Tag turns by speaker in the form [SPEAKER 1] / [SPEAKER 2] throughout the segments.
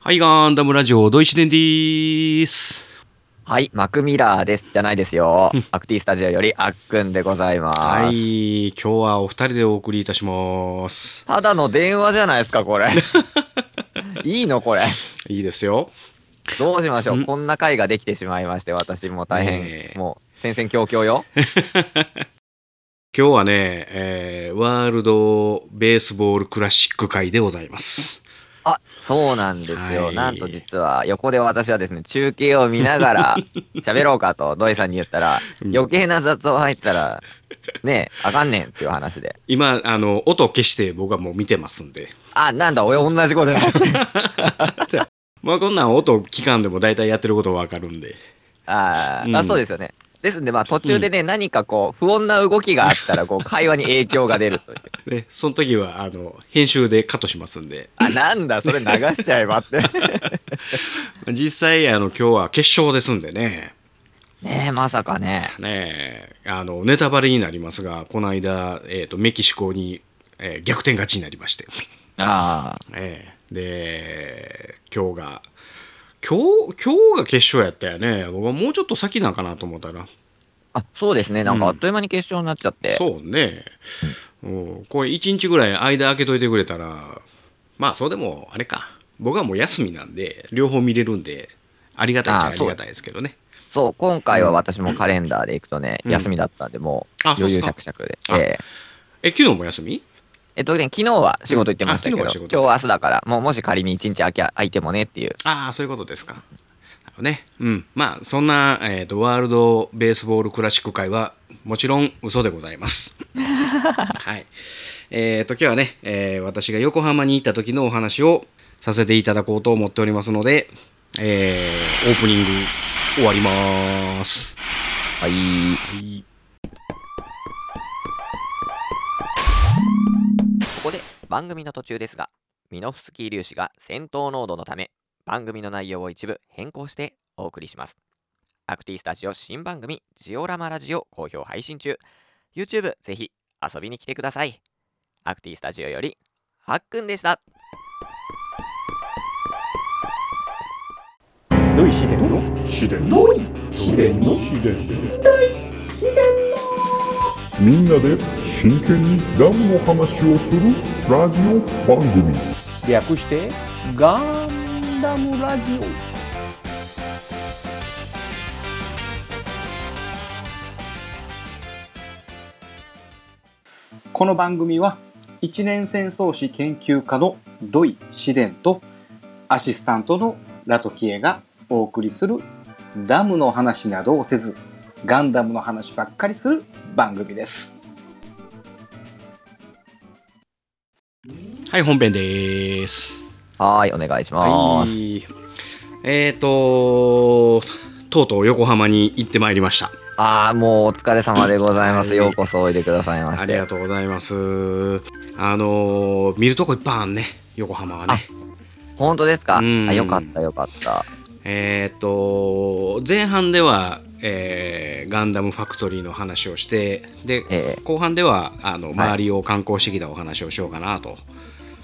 [SPEAKER 1] はい、ガンダムラジオ、ドイシデンでーす。
[SPEAKER 2] はい、マクミラーです。じゃないですよ。アクティスタジオよりあっくんでございます。
[SPEAKER 1] はい、今日はお二人でお送りいたします。
[SPEAKER 2] ただの電話じゃないですか、これ。いいのこれ。
[SPEAKER 1] いいですよ。
[SPEAKER 2] どうしましょ
[SPEAKER 1] ん
[SPEAKER 2] う。こんな回ができてしまいまして、私も大変、
[SPEAKER 1] ねえ
[SPEAKER 2] もう戦々恐々よ。
[SPEAKER 1] 今日はね、えーワールドベースボールクラシック会でございます。
[SPEAKER 2] あ、そうなんですよ。
[SPEAKER 1] はい
[SPEAKER 2] なんと実は、横で私はですね、中継を見な がら喋ろうかと、土井さんに言ったら、
[SPEAKER 1] うん
[SPEAKER 2] 余計な雑音入ったら、ねえ、あかんねんっていう話で。
[SPEAKER 1] 今、あの、音消して僕はもう見てますんで。
[SPEAKER 2] あ、なんだ、俺同じことやってる
[SPEAKER 1] まあこんなん音期間でも大体やってることわかるんで。
[SPEAKER 2] あー
[SPEAKER 1] う
[SPEAKER 2] あ、
[SPEAKER 1] ん
[SPEAKER 2] そうですよね。ですんで、まあ途中でね、何かこう、不穏な動きがあったら、こう、会話に影響が出るという。
[SPEAKER 1] ね、その時は、あの、編集でカットしますんで。
[SPEAKER 2] あ、なんだ、それ流しちゃえばって。
[SPEAKER 1] 実際、あの、今日は決勝ですんで ね。
[SPEAKER 2] ねえ、まさかね。
[SPEAKER 1] ねえ、あの、ネタバレになりますが、この間、えっ、と、メキシコに、えー逆転勝ちになりまして。
[SPEAKER 2] ああ。
[SPEAKER 1] ええで、今日が、今日、今日が決勝やったよね。僕はもうちょっと先なんかなと思ったら。
[SPEAKER 2] あ、そうですね。なんかあっという間に決勝になっちゃって。
[SPEAKER 1] そうね。うん、これ1日ぐらい間空けといてくれたら、まあ、そうでも、あれか。僕はもう休みなんで、両方見れるんで、ありがたいっちゃ
[SPEAKER 2] あ
[SPEAKER 1] あ
[SPEAKER 2] ー
[SPEAKER 1] り
[SPEAKER 2] そう
[SPEAKER 1] がたいですけどね。
[SPEAKER 2] そう、今回は私もカレンダーで行くとね、
[SPEAKER 1] うん
[SPEAKER 2] 休みだったんで、もう
[SPEAKER 1] あ
[SPEAKER 2] 余
[SPEAKER 1] そ
[SPEAKER 2] 裕
[SPEAKER 1] うっ
[SPEAKER 2] しゃ
[SPEAKER 1] す
[SPEAKER 2] くしゃくで。
[SPEAKER 1] あ
[SPEAKER 2] ええ
[SPEAKER 1] え、昨日も休み
[SPEAKER 2] えっと、ね昨日は仕事行ってましたけど、
[SPEAKER 1] うんあ昨日
[SPEAKER 2] 今
[SPEAKER 1] は仕
[SPEAKER 2] 日
[SPEAKER 1] 事
[SPEAKER 2] は明日だから、もうもし仮に一日空きゃ空いてもねっていう。
[SPEAKER 1] ああ、そういうことですか。なるほどね。うん。まあ、そんな、えっ、と、ワールドベースボールクラシック会は、もちろん嘘でございます。はい。えっ、と、今日はね、えー私が横浜に行った時のお話をさせていただこうと思っておりますので、えーオープニング終わります。
[SPEAKER 2] はい。
[SPEAKER 1] はい
[SPEAKER 2] ここで番組の途中ですが、ミノフスキー粒子が戦闘濃度のため、番組の内容を一部変更してお送りします。アクティスタジオ新番組ジオラマラジオ好評配信中。YouTube ぜひ遊びに来てください。アクティスタジオより、あっくんでした。
[SPEAKER 3] どういう秘伝の秘伝の秘伝の秘伝
[SPEAKER 4] みんなで真剣にダムの話をするラジオ番組
[SPEAKER 3] 略してガンダムラジオ
[SPEAKER 5] この番組は一年戦争史研究家の土井紫伝とアシスタントのラトキエがお送りするダムの話などをせずガンダムの話ばっかりする番組です。
[SPEAKER 1] はい、本編です。
[SPEAKER 2] はーい、お願いし
[SPEAKER 1] はい。えっ、と、とうとう横浜に行ってまいりました。
[SPEAKER 2] ああ、もうお疲れ様でございます。
[SPEAKER 1] はい
[SPEAKER 2] ようこそおいでくださいま
[SPEAKER 1] あ
[SPEAKER 2] し
[SPEAKER 1] り
[SPEAKER 2] て。
[SPEAKER 1] がとうございます。あのー見るとこいっぱいあんね、横浜はね。
[SPEAKER 2] 本当ですかあ
[SPEAKER 1] うん
[SPEAKER 2] よかったよかった。
[SPEAKER 1] えーっと、前半では、えーガンダムファクトリーの話をして、で、
[SPEAKER 2] ええ
[SPEAKER 1] 後半ではあの
[SPEAKER 2] はい
[SPEAKER 1] 周りを観光してきたお話をしようかなと、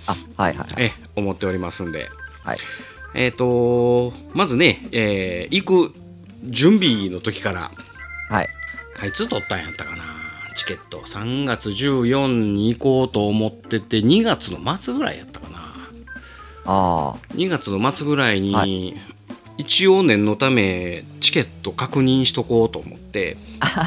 [SPEAKER 2] あ、はいはいはい。
[SPEAKER 1] え思っておりますんで、
[SPEAKER 2] はい
[SPEAKER 1] えーっと、まずね、えー行く準備の時から、
[SPEAKER 2] はい。
[SPEAKER 1] あいつ取ったんやったかなチケット3月14に行こうと思ってて2月の末ぐらいやったかな
[SPEAKER 2] あ
[SPEAKER 1] 2月の末ぐらいに、
[SPEAKER 2] は
[SPEAKER 1] 一応念のためチケット確認しとこうと思って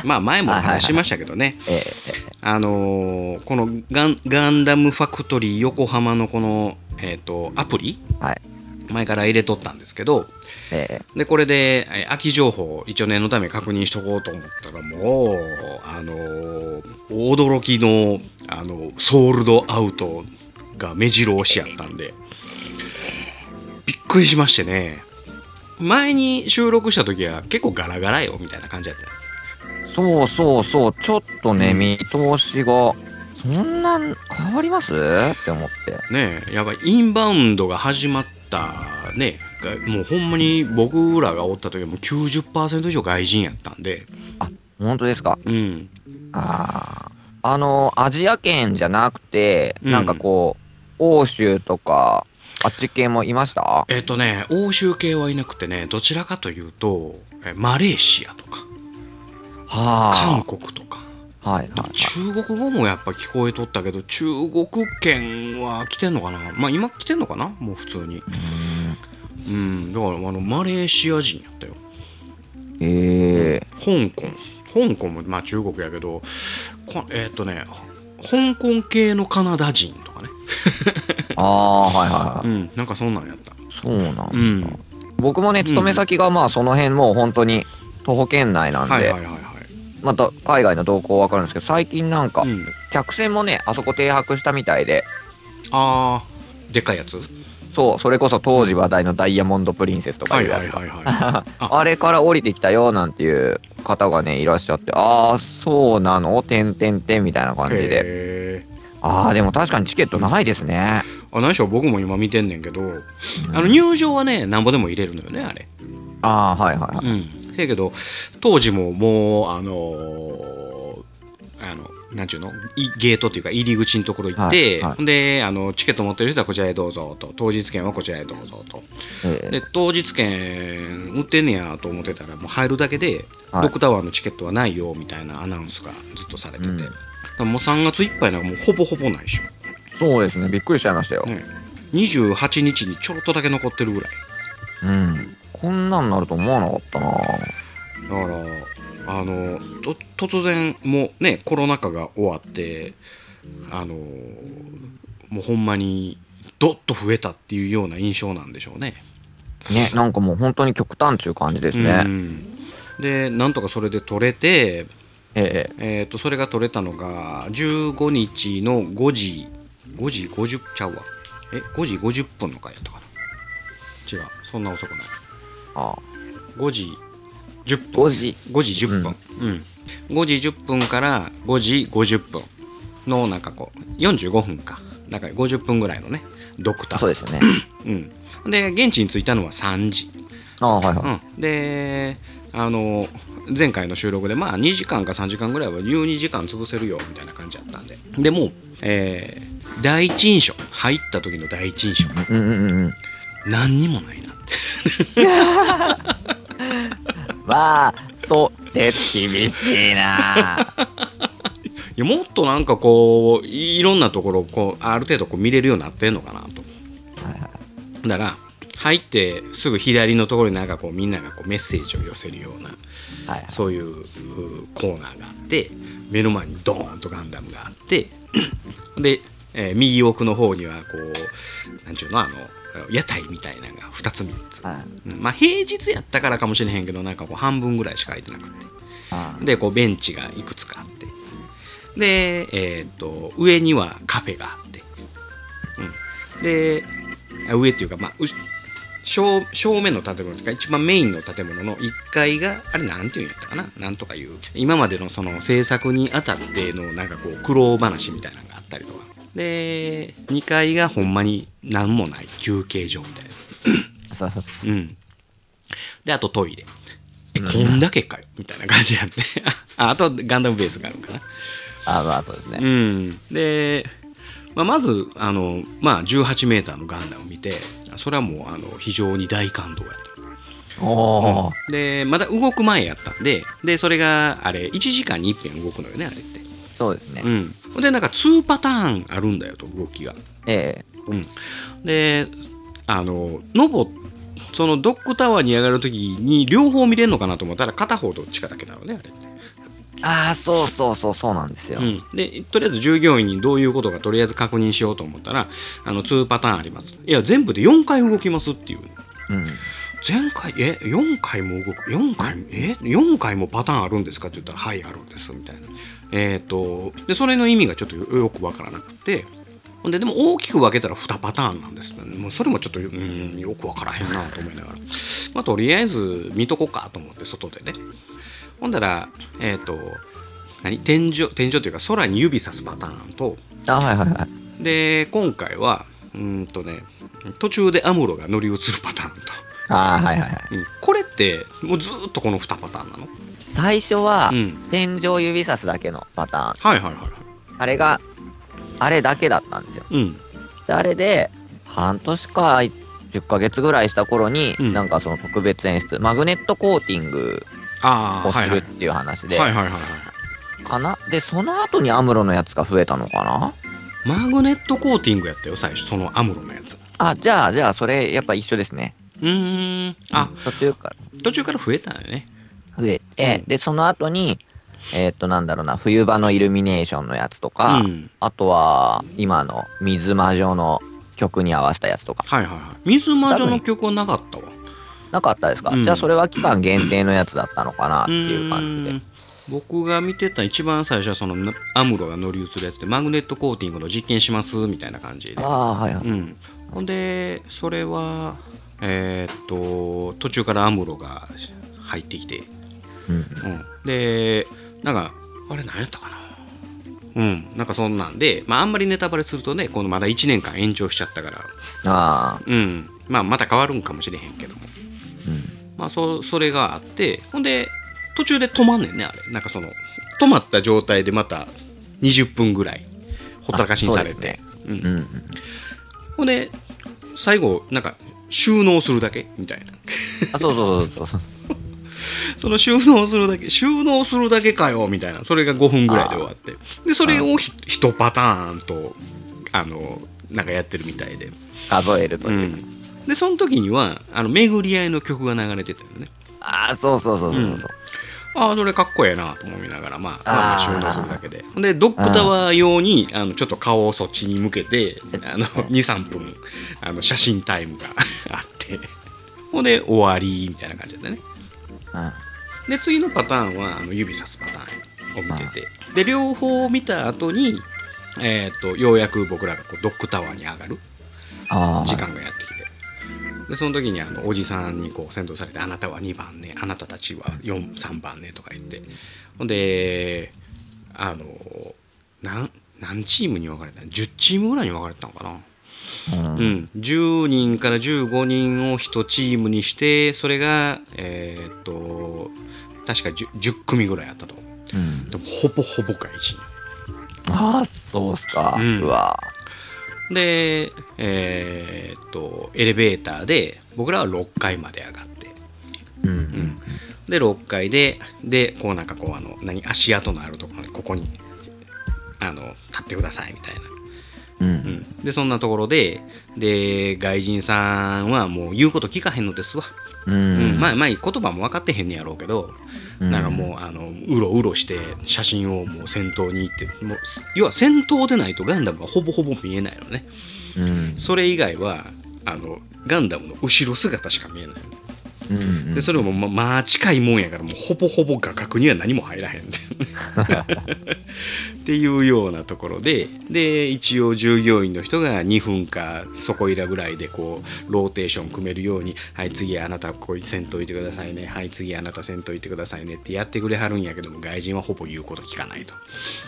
[SPEAKER 1] まあ前も話しましたけどね
[SPEAKER 2] あ、ええ
[SPEAKER 1] あのーこのガン「ガンダムファクトリー横浜」のこの、えー、とアプリ、
[SPEAKER 2] はい
[SPEAKER 1] 前から入れとったんですけど
[SPEAKER 2] ええ
[SPEAKER 1] でこれでえー空き情報一応念のため確認しとこうと思ったらもうあのー驚きのあのソールドアウトが目白押しやったんでびっくりしましてね前に収録した時は結構ガラガラよみたいな感じだった
[SPEAKER 2] そうそうそう、ちょっとね、
[SPEAKER 1] うん
[SPEAKER 2] 見通しが、そんな変わりますって思って。
[SPEAKER 1] ねえやばいインバウンドが始まったねがもうほんまに僕らがおった時はもう90%以上外人やったんで
[SPEAKER 2] 本当ですか
[SPEAKER 1] うん
[SPEAKER 2] ああ。あの、アジア圏じゃなくて、
[SPEAKER 1] うん
[SPEAKER 2] なんかこう、欧州とか、あっち系もいました
[SPEAKER 1] えっ、とね欧州系はいなくてねどちらかというとえマレーシアとか韓
[SPEAKER 2] は
[SPEAKER 1] 国とか
[SPEAKER 2] あ。はいはい、はい。
[SPEAKER 1] 中国語もやっぱ聞こえとったけど中国圏は来てんのかなまあ今来てんのかなもう普通にうんだからあのマレーシア人やったよ
[SPEAKER 2] ええ
[SPEAKER 1] 香港香港もまあ中国やけどこえーっとね香港系のカナダ人とかね、
[SPEAKER 2] ああ、はいは
[SPEAKER 1] う
[SPEAKER 2] いはい。
[SPEAKER 1] ん、なんかそんなんやった
[SPEAKER 2] そうなんだ。
[SPEAKER 1] うん
[SPEAKER 2] 僕もね、勤め先がまあその辺もう本当に徒歩圏内なんで、
[SPEAKER 1] はいはいはいはい
[SPEAKER 2] また海外の動向わかるんですけど、最近なんか、
[SPEAKER 1] うん、
[SPEAKER 2] 客船もね、あそこ停泊したみたいで、
[SPEAKER 1] あーでかいやつ
[SPEAKER 2] そう、それこそ当時話題のダイヤモンド・プリンセスとか
[SPEAKER 1] はいいう
[SPEAKER 2] やつ、
[SPEAKER 1] はいはいは
[SPEAKER 2] あれから降りてきたよなんていう方がね、いらっしゃって、ああ、そうなのてんてんてんみたいな感
[SPEAKER 1] い
[SPEAKER 2] じで。
[SPEAKER 1] へー
[SPEAKER 2] ああ、でも確かにチケットないですね。
[SPEAKER 1] あ何しろ僕も今見てんねんけどあの入場はねなんぼでも入れるのよねあれ
[SPEAKER 2] ああ、はいはいはい。
[SPEAKER 1] うん、せやけど当時ももうあのーあのなんちゅうのいゲートっていうか入り口のところ行って、
[SPEAKER 2] はいは
[SPEAKER 1] ほんであのチケット持ってる人はこちらへどうぞと当日券はこちらへどうぞと
[SPEAKER 2] ええ
[SPEAKER 1] で当日券売ってんねやと思ってたらもう入るだけで、
[SPEAKER 2] はい
[SPEAKER 1] ドクタワーのチケットはないよみたいなアナウンスがずっとされてて、
[SPEAKER 2] うん
[SPEAKER 1] だからもう3月いっぱいなんかもうほぼほぼないでしょ、
[SPEAKER 2] そうですね、びっくりしちゃいましたよ。
[SPEAKER 1] ね、28日にちょろっとだけ残ってるぐらい
[SPEAKER 2] うん。こんなんなると思わなかったな
[SPEAKER 1] だからあのと突然もうねコロナ禍が終わってあのもうほんまにどっと増えたっていうような印象なんでしょうね。
[SPEAKER 2] ね、なんかもう本当に極端っていう感じですね。
[SPEAKER 1] うんでなんとかそれで取れて、
[SPEAKER 2] ええ
[SPEAKER 1] えー、とそれが取れたのが15日の5時5時50ちゃうわえ5時50分の回やったかな違うそんな遅くない
[SPEAKER 2] ああ
[SPEAKER 1] 5時10分
[SPEAKER 2] 5時。
[SPEAKER 1] 5時10分、うん5時10分から5時50分のなんかこう45分かだから50分ぐらいのねドクター
[SPEAKER 2] そうです ね。
[SPEAKER 1] うん、で現地に着いたのは3時、
[SPEAKER 2] ああ、はいは
[SPEAKER 1] うん、であの前回の収録でまあ2時間か3時間ぐらいは入2時間潰せるよみたいな感じだったんででもう、えー第一印象入った時の第一印象
[SPEAKER 2] い。うんうんうんうん。
[SPEAKER 1] 何にもないなって
[SPEAKER 2] まあ、そうで厳しい な
[SPEAKER 1] いやもっとなんかこういいろんなところをこうある程度こう見れるようになってんのかなと
[SPEAKER 2] はいは
[SPEAKER 1] だから入ってすぐ左のところになんかこうみんながこうメッセージを寄せるようない
[SPEAKER 2] はいはい。
[SPEAKER 1] そういううコーナーがあって目の前にドーンとガンダムがあって で、えー右奥の方にはこうなんちゅうのあの屋台みたいなのが2つ3つ、
[SPEAKER 2] はい
[SPEAKER 1] うんまあ平日やったからかもしれへんけどなんかこう半分ぐらいしか空いてなくて
[SPEAKER 2] あ
[SPEAKER 1] でこうベンチがいくつかあってで、えーっと上にはカフェがあって、うん、であ上っていうか、まあ、う正正面の建物というか一番メインの建物の1階があれなんていうんやったかななんとかいう今までのその制作にあたってのなんかこう苦労話みたいなのがあったりとかで2階がほんまに何もない休憩所みたいな
[SPEAKER 2] あそうそう
[SPEAKER 1] うん。で、あとトイレ。え、こんだけかよみたいな感じや って。ああとはガンダムベースがあるんかな。
[SPEAKER 2] あまあそうですね。
[SPEAKER 1] うん。で、まあ、まず、あの、まあ、18メーターのガンダムを見て、それはもう、あの、非常に大感動やった。
[SPEAKER 2] おお、
[SPEAKER 1] で、まだ動く前やったんで、で、それが、あれ、1時間に1遍動くのよね、あれって。
[SPEAKER 2] そうですね。
[SPEAKER 1] うん。ほんで、なんか2パターンあるんだよと、動きが。
[SPEAKER 2] ええ
[SPEAKER 1] うん、であのノボそのドッグタワーに上がるときに両方見れるのかなと思ったら片方どっちかだけなのねあれって、
[SPEAKER 2] ああ、そうそうそう、そうなんですよ。
[SPEAKER 1] うん、でとりあえず従業員にどういうことかとりあえず確認しようと思ったらあの2パターンありますいや全部で4回動きますっていう
[SPEAKER 2] うん。
[SPEAKER 1] 前回え4回も動く4回え4回もパターンあるんですかって言ったらはいあるんですみたいなえっ、とでそれの意味がちょっとよくわからなくてほんででも大きく分けたら2パターンなんですもうそれもちょっとうんよくわからへんなと思いながら、まあ、とりあえず見とこうかと思って外でねほんだらえっ、と何天井天井というか空に指さすパターンと
[SPEAKER 2] あはいはいはい。
[SPEAKER 1] で今回はうーんとね途中でアムロが乗り移るパターンと。
[SPEAKER 2] ああはいはいはい。
[SPEAKER 1] うんこれってもうずーっとこの2パターンなの
[SPEAKER 2] 最初は、
[SPEAKER 1] うん
[SPEAKER 2] 天井指さすだけのパターン。
[SPEAKER 1] はいはいはいはい
[SPEAKER 2] あれが、あれだけだったんですよ。
[SPEAKER 1] うん
[SPEAKER 2] であれで、半年か10ヶ月ぐらいした頃に、
[SPEAKER 1] うん
[SPEAKER 2] なんかその特別演出マグネットコーティング
[SPEAKER 1] ああ
[SPEAKER 2] をす
[SPEAKER 1] はい
[SPEAKER 2] る
[SPEAKER 1] は
[SPEAKER 2] っ
[SPEAKER 1] い
[SPEAKER 2] ていう話で、
[SPEAKER 1] はいはいはいはい
[SPEAKER 2] かなでその後にアムロのやつが増えたのかな
[SPEAKER 1] マグネットコーティングやったよ最初そのアムロのやつう
[SPEAKER 2] あじゃあじゃあそれやっぱ一緒ですね
[SPEAKER 1] ーんあ
[SPEAKER 2] 途中から
[SPEAKER 1] 途中から増えたよね
[SPEAKER 2] 増えて、でその後にえーっとなんだろうな冬場のイルミネーションのやつとか、
[SPEAKER 1] うん
[SPEAKER 2] あとは今の水魔女の曲に合わせたやつとか
[SPEAKER 1] はいはいはい水魔女の曲はなかったわ
[SPEAKER 2] なかったですか、
[SPEAKER 1] うん
[SPEAKER 2] じゃあそれは期間限定のやつだったのかなっていう感じ
[SPEAKER 1] う
[SPEAKER 2] で
[SPEAKER 1] ん僕が見てた一番最初はそのなアムロが乗り移るやつでマグネットコーティングの実験しますみたいな感じで、
[SPEAKER 2] ああーはいはい、
[SPEAKER 1] うん、ほんでそれはえーっと途中からアムロが入ってきて、
[SPEAKER 2] うん
[SPEAKER 1] うん、でなんかあれ何やったかなうん、なんかそんなんで、まあ、あんまりネタバレするとねこのまだ1年間延長しちゃったから、
[SPEAKER 2] ああ
[SPEAKER 1] うんまあ、また変わるんかもしれへんけども
[SPEAKER 2] うん
[SPEAKER 1] まあ、そそれがあってほんで途中で止まんねんねあれなんかその止まった状態でまた20分ぐらいほったらかしにされて
[SPEAKER 2] あ
[SPEAKER 1] う、ん
[SPEAKER 2] うん
[SPEAKER 1] ほんで最後なんか収納するだけみたいな
[SPEAKER 2] あそうそうそうそう
[SPEAKER 1] その収納するだけ収納するだけかよみたいなそれが5分ぐらいで終わってでそれをひ一パターンとあのなんかやってるみたいで、
[SPEAKER 2] 数えると
[SPEAKER 1] う
[SPEAKER 2] いう、
[SPEAKER 1] ん、でその時にはあの巡り合いの曲が流れてたよね
[SPEAKER 2] ああそうそうそうそうそう、
[SPEAKER 1] うんああ、それかっこええなと思いながら、まあ、まあ、
[SPEAKER 2] あー
[SPEAKER 1] 収納するだけで。ほんで、ドックタワー用に、あの、ちょっと顔をそっちに向けて、あの、2、3分、あの、写真タイムが あって、ほんで、終わり、みたいな感じだったね。
[SPEAKER 2] うん
[SPEAKER 1] で、次のパターンは、あの、指さすパターンを見てて、で、両方見た後に、えっ、と、ようやく僕らがこうドックタワーに上がる
[SPEAKER 2] ああ
[SPEAKER 1] 時間がやってきて。でその時にあのおじさんにこう先導されて「あなたは2番ねあなたたちは43番ね」とか言ってほんであのなん何チームに分かれたの10チームぐらいに分かれてたのかな、
[SPEAKER 2] うん
[SPEAKER 1] うん、10人から15人を1チームにしてそれがえーっと確か 10, 10組ぐらいあったと
[SPEAKER 2] うん
[SPEAKER 1] でもほぼほぼが1人
[SPEAKER 2] ああそうっすか、
[SPEAKER 1] う
[SPEAKER 2] うんわ
[SPEAKER 1] でえーっとエレベーターで僕らは6階まで上がって
[SPEAKER 2] うん、
[SPEAKER 1] うんで6階ででこうなんかこうあの何足跡のあるところにここにあの立ってくださいみたいな、
[SPEAKER 2] うん
[SPEAKER 1] うん、でそんなところでで外人さんはもう言うこと聞かへんのですわ、
[SPEAKER 2] うん
[SPEAKER 1] うん、まあまあ言葉も分かってへんねやろうけど、
[SPEAKER 2] うん
[SPEAKER 1] なんかもうあのうろうろして写真をもう先頭に行ってもう要は先頭でないとガンダムがほぼほぼ見えないのね
[SPEAKER 2] うん
[SPEAKER 1] それ以外はあのガンダムの後ろ姿しか見えない
[SPEAKER 2] うんうん
[SPEAKER 1] でそれもままあ近いもんやからもうほぼほぼ画角には何も入らへんってっていうようなところでで一応従業員の人が2分かそこいらぐらいでこうローテーション組めるように「はい次あなたここにせんといてくださいね」「はい次あなたせんといてくださいね」ってやってくれはるんやけども外人はほぼ言うこと聞かないと。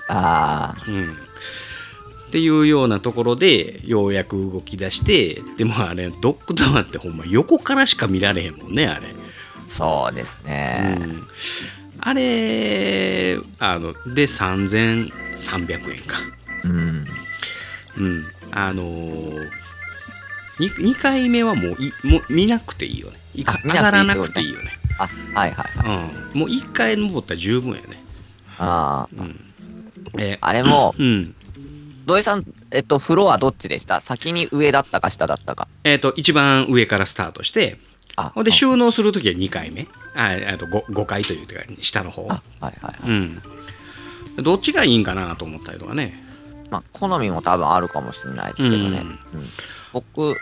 [SPEAKER 2] ああ
[SPEAKER 1] うんっていうようなところでようやく動き出してでもあれドックタワーってほんま横からしか見られへんもんねあれ。
[SPEAKER 2] そうですね、
[SPEAKER 1] うんあれあので3300円か、
[SPEAKER 2] うん。
[SPEAKER 1] うん、あのー、2, 回目はもういもう見なくていいよねいか
[SPEAKER 2] あ
[SPEAKER 1] 上
[SPEAKER 2] 見な
[SPEAKER 1] がらな
[SPEAKER 2] くていい
[SPEAKER 1] くていいよね
[SPEAKER 2] あ、はいはいはい。
[SPEAKER 1] うん、もう1回登ったら十分やね、
[SPEAKER 2] あー
[SPEAKER 1] うんえ
[SPEAKER 2] あれも、
[SPEAKER 1] うん
[SPEAKER 2] 土井さん、えっと、フロアどっちでした先に上だったか下だったか。
[SPEAKER 1] えっと一番上からスタートして
[SPEAKER 2] あ、
[SPEAKER 1] ほんで収納するときは2回目あえっと 5, 5回というか下の方
[SPEAKER 2] あ、はいはいは
[SPEAKER 1] う
[SPEAKER 2] い。
[SPEAKER 1] んどっちがいいんかなと思ったりとかね
[SPEAKER 2] まあ、好みも多分あるかもしれないですけどね。うん僕、うん。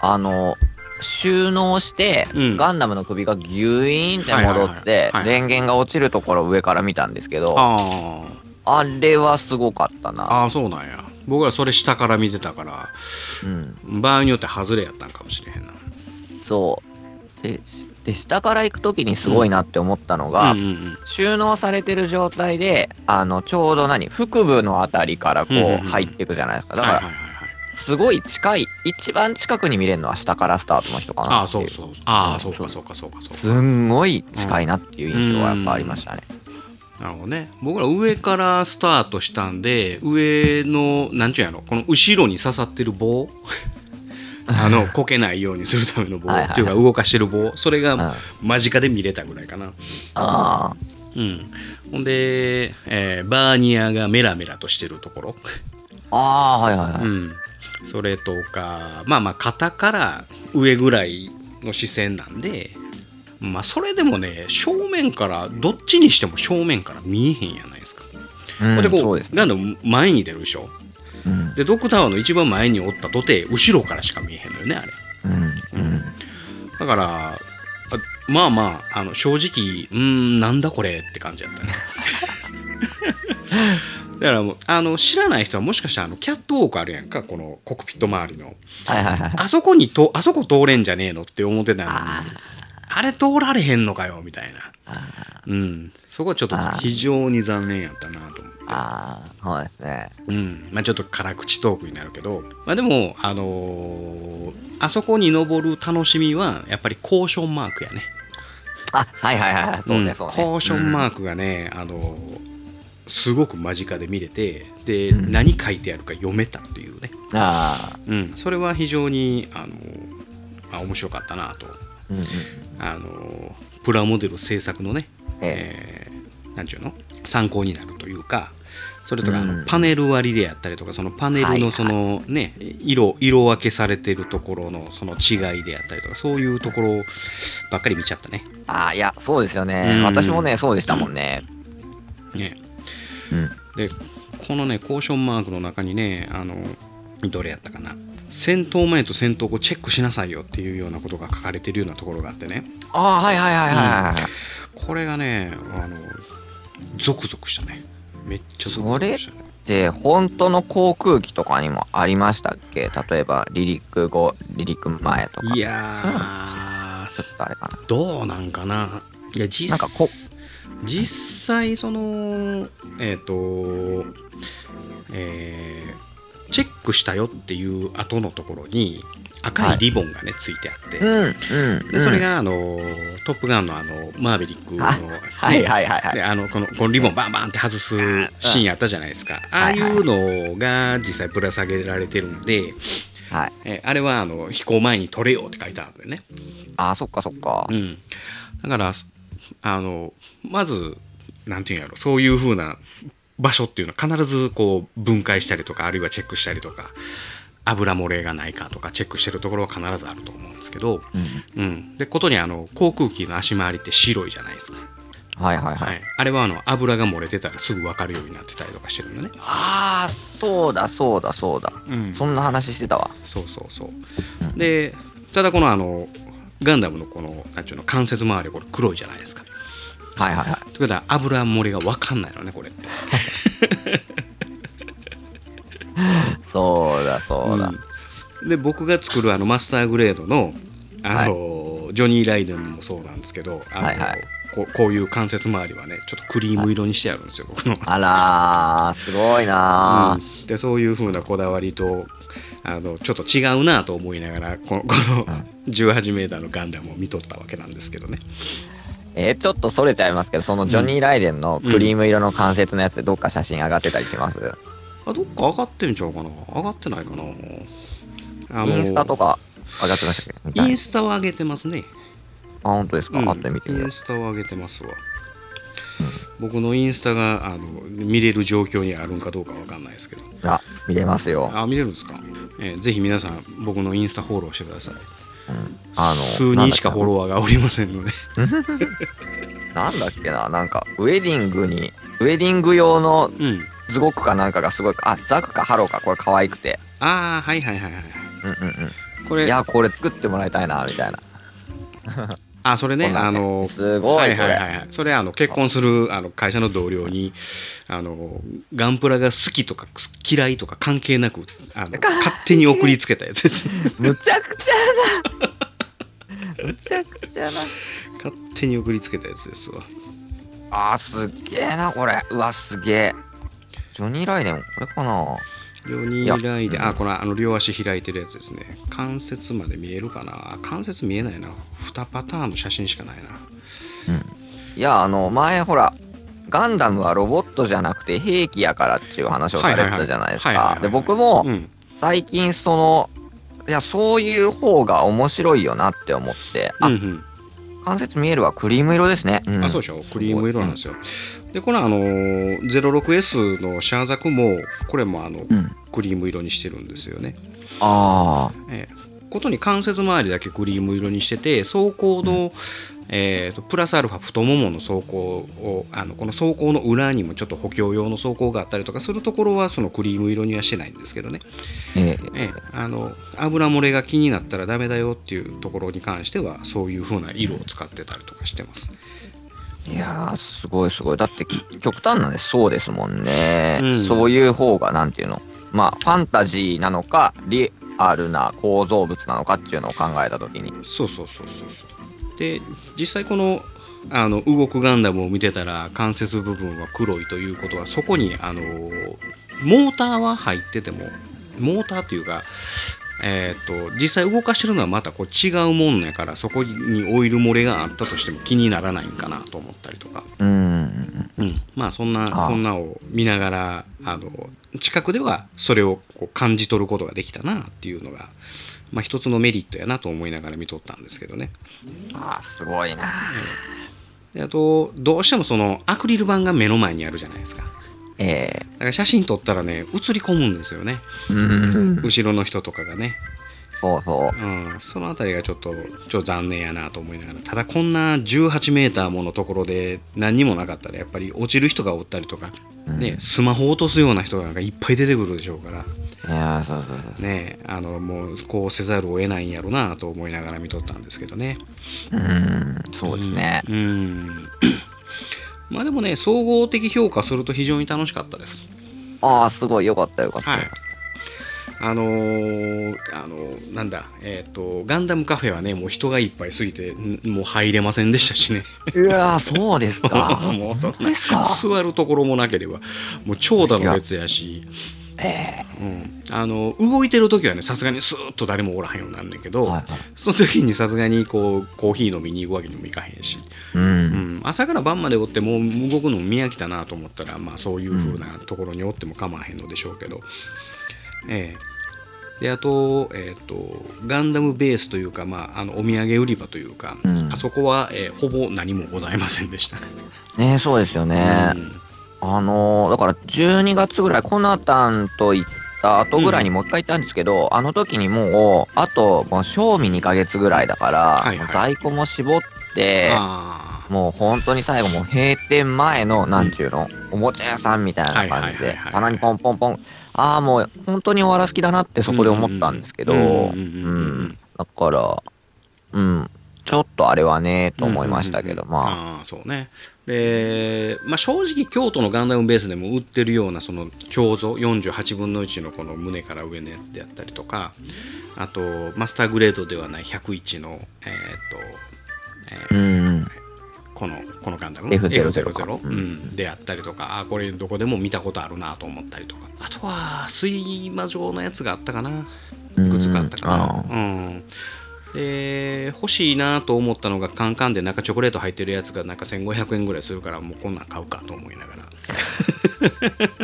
[SPEAKER 2] あの、収納して、
[SPEAKER 1] うん
[SPEAKER 2] ガンダムの首がギュイーンって戻
[SPEAKER 1] はいはいは
[SPEAKER 2] っ
[SPEAKER 1] いはい
[SPEAKER 2] て
[SPEAKER 1] はい、
[SPEAKER 2] 電源が落ちるところを上から見たんですけど、
[SPEAKER 1] ああ
[SPEAKER 2] あれはすごかったな。
[SPEAKER 1] ああそうなんや僕らそれ下から見てたから
[SPEAKER 2] うん。
[SPEAKER 1] 場合によって外れやったんかもしれへんな
[SPEAKER 2] そう。で、で下から行くときにすごいなって思ったのが、
[SPEAKER 1] うんうんうん
[SPEAKER 2] 収納されてる状態で、あの、ちょうど何、腹部のあたりから
[SPEAKER 1] う
[SPEAKER 2] こ
[SPEAKER 1] んうんうん
[SPEAKER 2] う入っていくじゃないですか。だ
[SPEAKER 1] はい
[SPEAKER 2] か
[SPEAKER 1] はいはい
[SPEAKER 2] ら、
[SPEAKER 1] はい
[SPEAKER 2] すごい近い、一番近くに見れるのは下からスタートの人かなってい
[SPEAKER 1] ああそうそうああそうかそうかそうかそうか
[SPEAKER 2] すんごい近いなっていう印象はやっぱありましたね。
[SPEAKER 1] なるほどね僕ら上からスタート したんで上のなんちゅうんやろこの後ろに刺さってる棒あのこけないようにするための棒
[SPEAKER 2] はいはい
[SPEAKER 1] っていうか動かしてる棒それ
[SPEAKER 2] うん
[SPEAKER 1] が間近で見れたぐらいかな、
[SPEAKER 2] あ
[SPEAKER 1] うん、ほんで、えーバーニアがメラメラとしてるところ、
[SPEAKER 2] あ、ああ、はいはいはい。
[SPEAKER 1] うん、それとかまあまあ肩から上ぐらいの視線なんでまあそれでもね正面からどっちにしても正面から見えへんやないですか、
[SPEAKER 2] うん
[SPEAKER 1] ほんでこ
[SPEAKER 2] そううです。
[SPEAKER 1] ガンダム前に出るでしょ
[SPEAKER 2] うん、
[SPEAKER 1] でドクターの一番前におったとて後ろからしか見えへんのよねあれ
[SPEAKER 2] うん、うん。
[SPEAKER 1] だからあまあまああの正直うーんなんだこれって感じやった ねだからもうあの知らない人はもしかしたらあのキャットウォークあるやんかこのコックピット周りの
[SPEAKER 2] はいはいはい。
[SPEAKER 1] あそこにとあそこ通れんじゃねえのって思ってたのにあれ通られへんのかよみたいなうんそこはちょっと
[SPEAKER 2] あー
[SPEAKER 1] 非常に残念やったなと思って
[SPEAKER 2] ああ、そうですね。
[SPEAKER 1] うんまあ、ちょっと辛口トークになるけど、まあ、でも、あのーあそこに登る楽しみはやっぱりコーションマークやね
[SPEAKER 2] あ、はいはいはい。そうね、そうね。
[SPEAKER 1] んコーションマークがね、あのすごく間近で見れてで、
[SPEAKER 2] うん
[SPEAKER 1] 何書いてあるか読めたというね、
[SPEAKER 2] うんああ、
[SPEAKER 1] うん、それは非常に、あのまあ面白かったなと、
[SPEAKER 2] うんうん。
[SPEAKER 1] あのプラモデル制作のね、
[SPEAKER 2] ええ
[SPEAKER 1] えーなんちゅうの参考になるというかそれとかあの、
[SPEAKER 2] うん
[SPEAKER 1] パネル割りでやったりとかそのパネル
[SPEAKER 2] はいは
[SPEAKER 1] の
[SPEAKER 2] い
[SPEAKER 1] その、ね色色分けされてるところのその違いであったりとかそういうところばっかり見ちゃったね。
[SPEAKER 2] ああ、いや、そうですよね、
[SPEAKER 1] うん
[SPEAKER 2] 私もね、そうでしたもんね。
[SPEAKER 1] ね
[SPEAKER 2] うん。
[SPEAKER 1] でこのねコーションマークの中にねあのどれやったかな戦闘前と戦闘後チェックしなさいよっていうようなことが書かれてるようなところがあってね
[SPEAKER 2] ああ、はいはいはいはい。はい
[SPEAKER 1] これがねあのゾクゾクしたねめっちゃゾクゾクしたね
[SPEAKER 2] で、本当の航空機とかにもありましたっけ例えば、離陸後、離陸前とか。
[SPEAKER 1] い
[SPEAKER 2] そう
[SPEAKER 1] や
[SPEAKER 2] なんですよ
[SPEAKER 1] ー
[SPEAKER 2] ちょっとあれかな。
[SPEAKER 1] どうなんかないや実
[SPEAKER 2] なんかこ
[SPEAKER 1] 実際そのえっ、とえーチェックしたよっていう後のところに赤いリボンがね、ついてあって、
[SPEAKER 2] うん、うん。
[SPEAKER 1] でそれが、あのートップガンのあのマーベリックの、
[SPEAKER 2] あはいはいはいはい。
[SPEAKER 1] であのこのこのリボンバンバンって外すシーンあったじゃないですか、ああいうのが実際ぶら下げられてるんで、
[SPEAKER 2] はい、
[SPEAKER 1] えあれはあの飛行前に取れよって書いてあるんでね、
[SPEAKER 2] ああ、そっかそっか
[SPEAKER 1] う。ん、だからあのまずなんていうんやろそういう風な場所っていうのは必ずこう分解したりとかあるいはチェックしたりとか油漏れがないかとかチェックしてるところは必ずあると思うんですけど、
[SPEAKER 2] うん、
[SPEAKER 1] うん、でことにあの航空機の足回りって白いじゃないですか、
[SPEAKER 2] はいはいは。
[SPEAKER 1] はいい、あれはあの油が漏れてたらすぐ分かるようになってたりとかしてるのね、
[SPEAKER 2] ああ、そうだそうだそうだ。
[SPEAKER 1] うん
[SPEAKER 2] そんな話してたわ。
[SPEAKER 1] そうそうそうでただこのあのガンダムのこのなんちゅうの関節周りこれ黒いじゃないですか
[SPEAKER 2] はいはいはい。
[SPEAKER 1] ということは油漏れが分かんないのねこれって
[SPEAKER 2] そうだそうだ。
[SPEAKER 1] うんで僕が作るあのマスターグレードのあの、ジョニー・ライデンもそうなんですけどあの、
[SPEAKER 2] はいはい
[SPEAKER 1] こうこういう関節周りはねちょっとクリーム色にしてあるんですよ、僕の
[SPEAKER 2] あらー、すごいなー。
[SPEAKER 1] うんでそういう風なこだわりとあのちょっと違うなと思いながらこのこの
[SPEAKER 2] うん
[SPEAKER 1] 18m のガンダムを見とったわけなんですけどね
[SPEAKER 2] えーちょっとそれちゃいますけど、そのジョニー・ライデンのクリーム色の関節のやつでどっか写真上がってたりします、
[SPEAKER 1] あどっか上がってんちゃうかな上がってないかなあの
[SPEAKER 2] インスタとか上がってましたっけみたい
[SPEAKER 1] イ
[SPEAKER 2] な
[SPEAKER 1] ンスタは上げてますね
[SPEAKER 2] あ、本当ですか、
[SPEAKER 1] うん
[SPEAKER 2] 後で見てみ
[SPEAKER 1] イ
[SPEAKER 2] よ
[SPEAKER 1] ンスタを上げてますわ、僕のインスタがあの見れる状況にあるんかどうかわかんないですけど
[SPEAKER 2] う。あ、見れますよ。
[SPEAKER 1] あ見れるんですか、えーぜひ皆さん僕のインスタフォローしてください
[SPEAKER 2] あの、
[SPEAKER 1] 数人しかフォロワーがおりませんので
[SPEAKER 2] なんだっけな、なんか、ウェディングに、ウェディング用の
[SPEAKER 1] うん
[SPEAKER 2] ズゴクかなんかがすごい、あ、ザクかハローか、これ可愛くて。
[SPEAKER 1] ああはいはいはいはい
[SPEAKER 2] うんうんうん。
[SPEAKER 1] これ
[SPEAKER 2] いや、これ作ってもらいたいな、みたいな。
[SPEAKER 1] あそれね
[SPEAKER 2] こんな
[SPEAKER 1] あ
[SPEAKER 2] んね
[SPEAKER 1] の
[SPEAKER 2] すごい、
[SPEAKER 1] はいはい
[SPEAKER 2] こ
[SPEAKER 1] はいはいそれあの結婚するあの会社の同僚にあのガンプラが好きとか嫌いとか関係なくあ の勝手に送りつけたやつです
[SPEAKER 2] れむちゃくちゃだ。むちゃくちゃな。
[SPEAKER 1] 勝手に送りつけたやつですわ
[SPEAKER 2] あー、すっげえな、これ。うわ、すげえ。ジョニー・ライデン、これかな。
[SPEAKER 1] 4人
[SPEAKER 2] いや
[SPEAKER 1] 以来で、
[SPEAKER 2] うん
[SPEAKER 1] あ、このあの両足開いてるやつですね。関節まで見えるかな関節見えないな。2パターンの写真しかないな。
[SPEAKER 2] いや、あの、前、ほら、ガンダムはロボットじゃなくて兵器やからっていう話をされてたじゃないです
[SPEAKER 1] はいはいはいはいはいはいは。い
[SPEAKER 2] かで、僕も
[SPEAKER 1] うん。
[SPEAKER 2] 最近、その、いや、そういう方が面白いよなって思って、
[SPEAKER 1] うんう
[SPEAKER 2] あ、
[SPEAKER 1] ん
[SPEAKER 2] 関節見えるはクリーム色ですね。ん
[SPEAKER 1] あそうでしょクリーム色なんですよ。でこのあのー 06S のシャーザクもこれもあの
[SPEAKER 2] うんうん
[SPEAKER 1] クリーム色にしてるんですよね。
[SPEAKER 2] ああ、
[SPEAKER 1] ええことに関節周りだけクリーム色にしてて走行の、えーとプラスアルファ太ももの走行をあのこの走行の裏にもちょっと補強用の走行があったりとかするところはそのクリーム色にはしてないんですけどね、
[SPEAKER 2] ええ
[SPEAKER 1] ええあの油漏れが気になったらダメだよっていうところに関してはそういう風な色を使ってたりとかしてます。
[SPEAKER 2] いやー、すごいすごい。だって、極端なんでそうですもんね。
[SPEAKER 1] うん
[SPEAKER 2] そういう方が、なんていうの、まあ、ファンタジーなのか、リアルな構造物なのかっていうのを考えたときに。
[SPEAKER 1] そうそうそうそうそうで実際このあの動くガンダムを見てたら関節部分は黒いということはそこにあのモーターは入っててもモーターというか、えー、と実際動かしてるのはまたこう違うもんやからそこにオイル漏れがあったとしても気にならないんかなと思ったりとか、
[SPEAKER 2] うん。
[SPEAKER 1] うん、まあそん
[SPEAKER 2] あ
[SPEAKER 1] な
[SPEAKER 2] あ
[SPEAKER 1] こんなを見ながらあの近くではそれをこう感じ取ることができたなっていうのが、まあ、一つのメリットやなと思いながら見とったんですけどね。
[SPEAKER 2] ああ、すごいな。
[SPEAKER 1] であとどうしてもそのアクリル板が目の前にあるじゃないですかだ
[SPEAKER 2] ええ
[SPEAKER 1] から写真撮ったらね映り込むんですよね
[SPEAKER 2] うん。
[SPEAKER 1] 後ろの人とかがね、
[SPEAKER 2] そうそう。
[SPEAKER 1] うん、その辺りがちょっとちょっと残念やなと思いながらただこんな1 8ーものところで何にもなかったらやっぱり落ちる人がおったりとか、ね、スマホ落とすような人がいっぱい出てくるでしょうから
[SPEAKER 2] いやー、そうそうそう。
[SPEAKER 1] ねあのもうこうせざるを得ないんやろなと思いながら見とったんですけどね。
[SPEAKER 2] うん、そうですね。
[SPEAKER 1] うん まあでもね総合的評価すると非常に楽しかったです。
[SPEAKER 2] ああ、すごい、よかった、よかった。
[SPEAKER 1] はい。あのーあのーなんだ、えっ、と、ガンダムカフェはね、もう人がいっぱいすぎて、んもう入れませんでしたしね。
[SPEAKER 2] うわー、そうですか。
[SPEAKER 1] もうそん
[SPEAKER 2] そうですか。
[SPEAKER 1] な、座るところもなければ、もう長蛇の列やし、
[SPEAKER 2] え
[SPEAKER 1] うん、あの動いてる時はね、さすがにスーッと誰もおらへんようになんだけ
[SPEAKER 2] え
[SPEAKER 1] ど、
[SPEAKER 2] はいはい
[SPEAKER 1] その時にさすがにこうコーヒー飲みに行くわけにもいかへんし、
[SPEAKER 2] う。
[SPEAKER 1] うんん、朝から晩までおってもう動くのも見飽きたなと思ったら、まあ、そういう風なところにおっても構わへんのでしょうけど、ええであと,、えっとガンダムベースというか、まあ、あのお土産売り場というか、
[SPEAKER 2] うん
[SPEAKER 1] あそこは、えーほぼ何もございませんでした。
[SPEAKER 2] ねそうですよね。あのーだから12月ぐらい、コナタンと行った後ぐらいにもう一回行ったんですけど、あの時にもう、あと、もう賞味2ヶ月ぐらいだから、
[SPEAKER 1] はいはい
[SPEAKER 2] 在庫も絞って、
[SPEAKER 1] あ
[SPEAKER 2] もう本当に最後、もう閉店前の、なんちゅうの、おもちゃ屋さんみたいな
[SPEAKER 1] はいは
[SPEAKER 2] 感
[SPEAKER 1] い
[SPEAKER 2] じ
[SPEAKER 1] はい
[SPEAKER 2] で
[SPEAKER 1] はい、
[SPEAKER 2] 棚にポンポンポン、ああ、もう本当に終わらす気だなってそこで思ったんですけど、
[SPEAKER 1] う
[SPEAKER 2] うん
[SPEAKER 1] うんうん
[SPEAKER 2] ん、だから、うん、ちょっとあれはね、と思いましたけど、まあ、
[SPEAKER 1] ああーそうねで、まあ、正直京都のガンダムベースでも売ってるようなその胸像48分の1のこの胸から上のやつであったりとかあとマスターグレードではない101のえーっ、と、えー
[SPEAKER 2] うん、
[SPEAKER 1] このこのガンダム
[SPEAKER 2] F00
[SPEAKER 1] F00 うんであったりとかあーこれどこでも見たことあるなと思ったりとかあとは睡魔状のやつがあったかな
[SPEAKER 2] うん
[SPEAKER 1] いくつかあったかな
[SPEAKER 2] あ。
[SPEAKER 1] うんで欲しいなと思ったのがカンカンでなんかチョコレート入ってるやつがなんか1500円ぐらいするからもうこんなん買うかと思いながら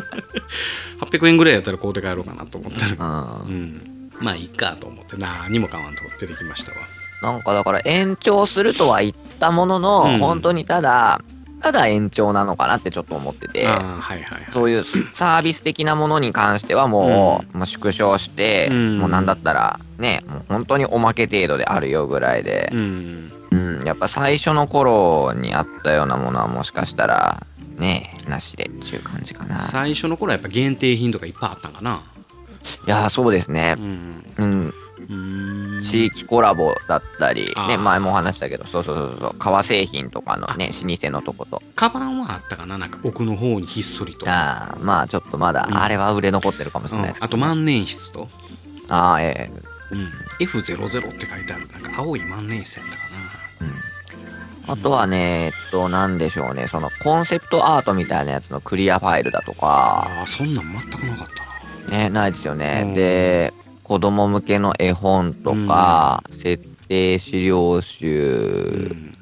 [SPEAKER 1] 800円ぐらいやったら買うて帰ろうかなと思ったら、
[SPEAKER 2] うん
[SPEAKER 1] うん、まあいいかと思って何も買わんと出てきましたわ
[SPEAKER 2] なんかだから延長するとは言ったものの、
[SPEAKER 1] うん
[SPEAKER 2] 本当にただ、ただ延長なのかなってちょっと思ってて、
[SPEAKER 1] ああはいはいはい
[SPEAKER 2] そういうサービス的なものに関してはもう、もう縮小して、
[SPEAKER 1] うん
[SPEAKER 2] もうなんだったらね、もう本当におまけ程度であるよぐらいで、
[SPEAKER 1] うん
[SPEAKER 2] うん、やっぱ最初の頃にあったようなものはもしかしたら、ね、なしでっていう感じかな。
[SPEAKER 1] 最初の頃はやっぱ限定品とかいっぱいあったんかない
[SPEAKER 2] やー、そうですね
[SPEAKER 1] う。ん
[SPEAKER 2] うん、
[SPEAKER 1] うん
[SPEAKER 2] 地域コラボだったり
[SPEAKER 1] あ、ー
[SPEAKER 2] ね、前もお話したけど、そうそうそうそう、革製品とかのね、老舗のとこと。
[SPEAKER 1] カバンはあったかななんか奥の方にひっそりと
[SPEAKER 2] ああ、まあちょっとまだ、
[SPEAKER 1] うん
[SPEAKER 2] あれは売れ残ってるかもしれ
[SPEAKER 1] う
[SPEAKER 2] なんいですけ
[SPEAKER 1] あ
[SPEAKER 2] ど、
[SPEAKER 1] と万年筆と
[SPEAKER 2] ああ、ええ
[SPEAKER 1] うん F00 って書いてあるなんか青い万年筆やったか
[SPEAKER 2] あとはね、えっと、なんでしょうね、そのコンセプトアートみたいなやつのクリアファイルだと
[SPEAKER 1] な
[SPEAKER 2] か、
[SPEAKER 1] ああーそんなん全くなかったな
[SPEAKER 2] ね、ないですよね。
[SPEAKER 1] うん
[SPEAKER 2] で、子供向けの絵本とか、設定資料集、
[SPEAKER 1] うん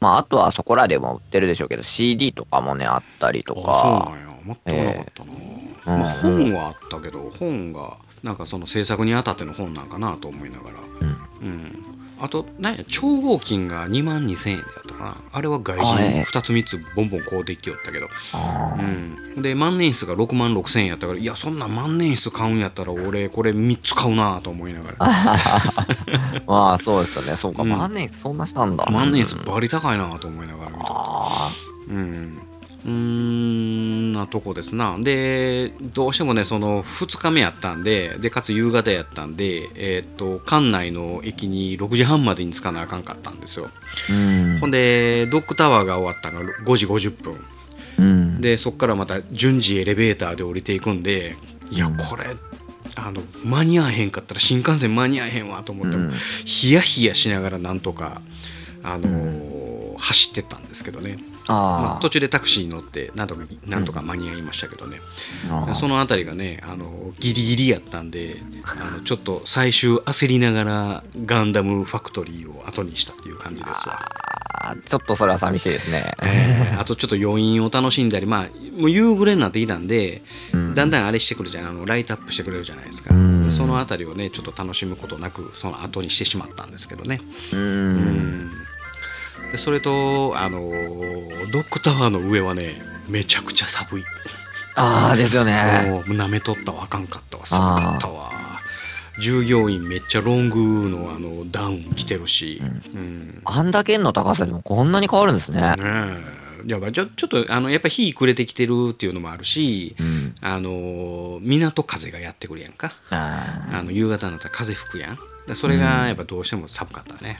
[SPEAKER 2] まああとはそこらでも売ってるでしょうけど、CD とかもね、あったりと
[SPEAKER 1] あそ
[SPEAKER 2] か、
[SPEAKER 1] うなんや全くなかったな、
[SPEAKER 2] ええ
[SPEAKER 1] まあ、
[SPEAKER 2] うん
[SPEAKER 1] 本はあったけど本がなんかその制作にあたっての本なんかなと思いながら、
[SPEAKER 2] うん
[SPEAKER 1] うんあとなんや超合金が2万2000円でやったかなあれは外人
[SPEAKER 2] は
[SPEAKER 1] 2
[SPEAKER 2] い
[SPEAKER 1] つ3つボンボン買うてきよったけど、
[SPEAKER 2] あ
[SPEAKER 1] うん、で万年筆が6万6000円やったからいやそんな万年筆買うんやったら俺これ3つ買うなと思いながら
[SPEAKER 2] ーまあ、そうですよね。そうか、
[SPEAKER 1] うん
[SPEAKER 2] 万年筆そんなしたんだ。
[SPEAKER 1] 万年
[SPEAKER 2] う
[SPEAKER 1] 筆
[SPEAKER 2] ん
[SPEAKER 1] バリ高いなと思いながら見て
[SPEAKER 2] あ
[SPEAKER 1] うんうーんなとこですなでどうしてもねその2日目やったんででかつ夕方やったんで、えーっと館内の駅に6時半までに着かなあかんかったんですよ、
[SPEAKER 2] あ、うん
[SPEAKER 1] ほ。んでドックタワーが終わったのが5時50分
[SPEAKER 2] うん、
[SPEAKER 1] でそこからまた順次エレベーターで降りていくんでいや
[SPEAKER 2] うん
[SPEAKER 1] これあの間に合わへんかったら新幹線間に合わへんわと思って、
[SPEAKER 2] うん
[SPEAKER 1] ヒヤヒヤしながらなんとか、あのー走ってったんですけどね、ま
[SPEAKER 2] あ
[SPEAKER 1] あ、
[SPEAKER 2] あ、
[SPEAKER 1] 途中でタクシーに乗ってなんとかなんとか間に合いましたけどね、
[SPEAKER 2] ああ
[SPEAKER 1] その辺りがねあのギリギリやったんであのちょっと最終焦りながらガンダムファクトリーを後にしたっていう感じですわ。
[SPEAKER 2] あーちょっとそれは寂しいですね。
[SPEAKER 1] えーあとちょっと余韻を楽しんだり、まあ、もう夕暮れになってきたんで、
[SPEAKER 2] うん
[SPEAKER 1] だんだんあれしてくるじゃないあのライトアップしてくれるじゃないですか、
[SPEAKER 2] うん
[SPEAKER 1] その辺りをねちょっと楽しむことなくその後にしてしまったんですけどね、
[SPEAKER 2] う。
[SPEAKER 1] うんでそれとあのードックタワーの上はねめちゃくちゃ寒い、
[SPEAKER 2] ああ、ですよね。
[SPEAKER 1] もう舐めとったわあかんかったわ寒かったわ従業員めっちゃロングのあのダウン着てるし、うん
[SPEAKER 2] あんだけの高さでもこんなに変わるんですね。
[SPEAKER 1] ねえいやまあちょちょっとあのやっぱ日暮れてきてるっていうのもあるし、
[SPEAKER 2] うん。
[SPEAKER 1] あのー港風がやってくるやんか
[SPEAKER 2] あ
[SPEAKER 1] あの夕方になったら風吹くやんでそれがやっぱどうしても寒かったね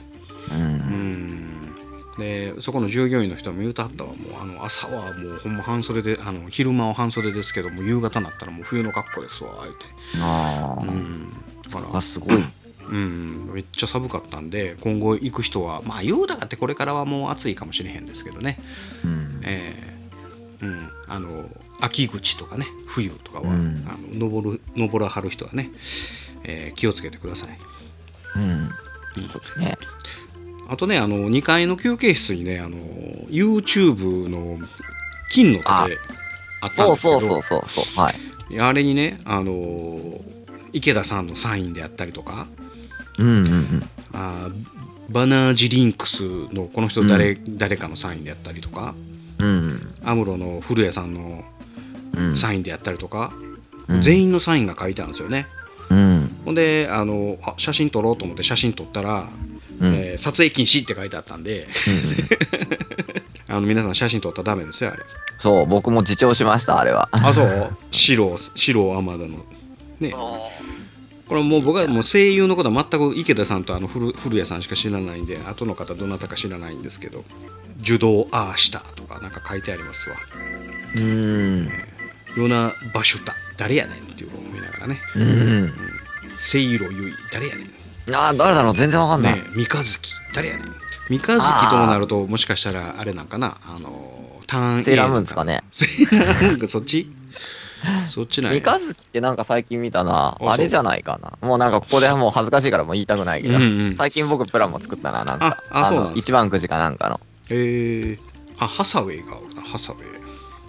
[SPEAKER 2] あ、う
[SPEAKER 1] う。
[SPEAKER 2] ん
[SPEAKER 1] んでそこの従業員の人も言うたったわもうあの朝はもうほんま半袖であの昼間は半袖ですけども夕方になったらもう冬の格好ですわ言うて
[SPEAKER 2] ああ、
[SPEAKER 1] うんだ
[SPEAKER 2] そ
[SPEAKER 1] か
[SPEAKER 2] こは
[SPEAKER 1] ら
[SPEAKER 2] すごい。
[SPEAKER 1] うんめっちゃ寒かったんで今後行く人はまあ言うだかってこれからはもう暑いかもしれへんですけどね
[SPEAKER 2] うん。
[SPEAKER 1] ええうん、あの秋口とかね冬とかは、
[SPEAKER 2] うん
[SPEAKER 1] あの登る登らはる人はね、えー気をつけてください
[SPEAKER 2] うん。そうですね。
[SPEAKER 1] あとねあの2階の休憩室にねあの YouTube の金の盾あったん
[SPEAKER 2] そ
[SPEAKER 1] で
[SPEAKER 2] う
[SPEAKER 1] すけど
[SPEAKER 2] そうそうそうそう。はい。
[SPEAKER 1] あれにねあの池田さんのサインであったりとか
[SPEAKER 2] うんうんうん。
[SPEAKER 1] あーバナージリンクスのこの人誰,、誰かのサインであったりとか
[SPEAKER 2] うん。
[SPEAKER 1] アムロの古谷さんの
[SPEAKER 2] うん。
[SPEAKER 1] サインであったりとか、
[SPEAKER 2] うん
[SPEAKER 1] 全員のサインが書いてあるんですよね。
[SPEAKER 2] うん。
[SPEAKER 1] ほんであのあ写真撮ろうと思って写真撮ったら、
[SPEAKER 2] うん
[SPEAKER 1] えー撮影禁止って書いてあったんで あの皆さん写真撮ったらダメですよあれ
[SPEAKER 2] そう、僕も自重しました、あれは。
[SPEAKER 1] あそう白白天田のねこれもう僕はもう声優のことは全く池田さんとあの古古谷さんしか知らないんで後の方どなたか知らないんですけど「受動ああした」とかなんか書いてありますわ
[SPEAKER 2] うん。
[SPEAKER 1] 「ヨナ・バシュタ誰やねん」っていうのを思いながらね
[SPEAKER 2] うん。
[SPEAKER 1] 「セイロ・ユイ誰やねん」
[SPEAKER 2] ああ、誰だろう全然わかんない。
[SPEAKER 1] ねえ三日月誰やねん三日月ともなるともしかしたらあれなんかなあのーターン
[SPEAKER 2] セーラームーンですかね。
[SPEAKER 1] セーラームーンかそっ ちそっちなんや
[SPEAKER 2] 三日月ってなんか最近見たな。
[SPEAKER 1] そう
[SPEAKER 2] あれじゃないかな。もうなんかここでもう恥ずかしいからもう言いたくないけど
[SPEAKER 1] うんうん。
[SPEAKER 2] 最近僕プランも作ったな、なんか。
[SPEAKER 1] ああそうなん
[SPEAKER 2] の、
[SPEAKER 1] です
[SPEAKER 2] 一番くじかなんかの。
[SPEAKER 1] えー、あハサウェイがおるなハサウェイ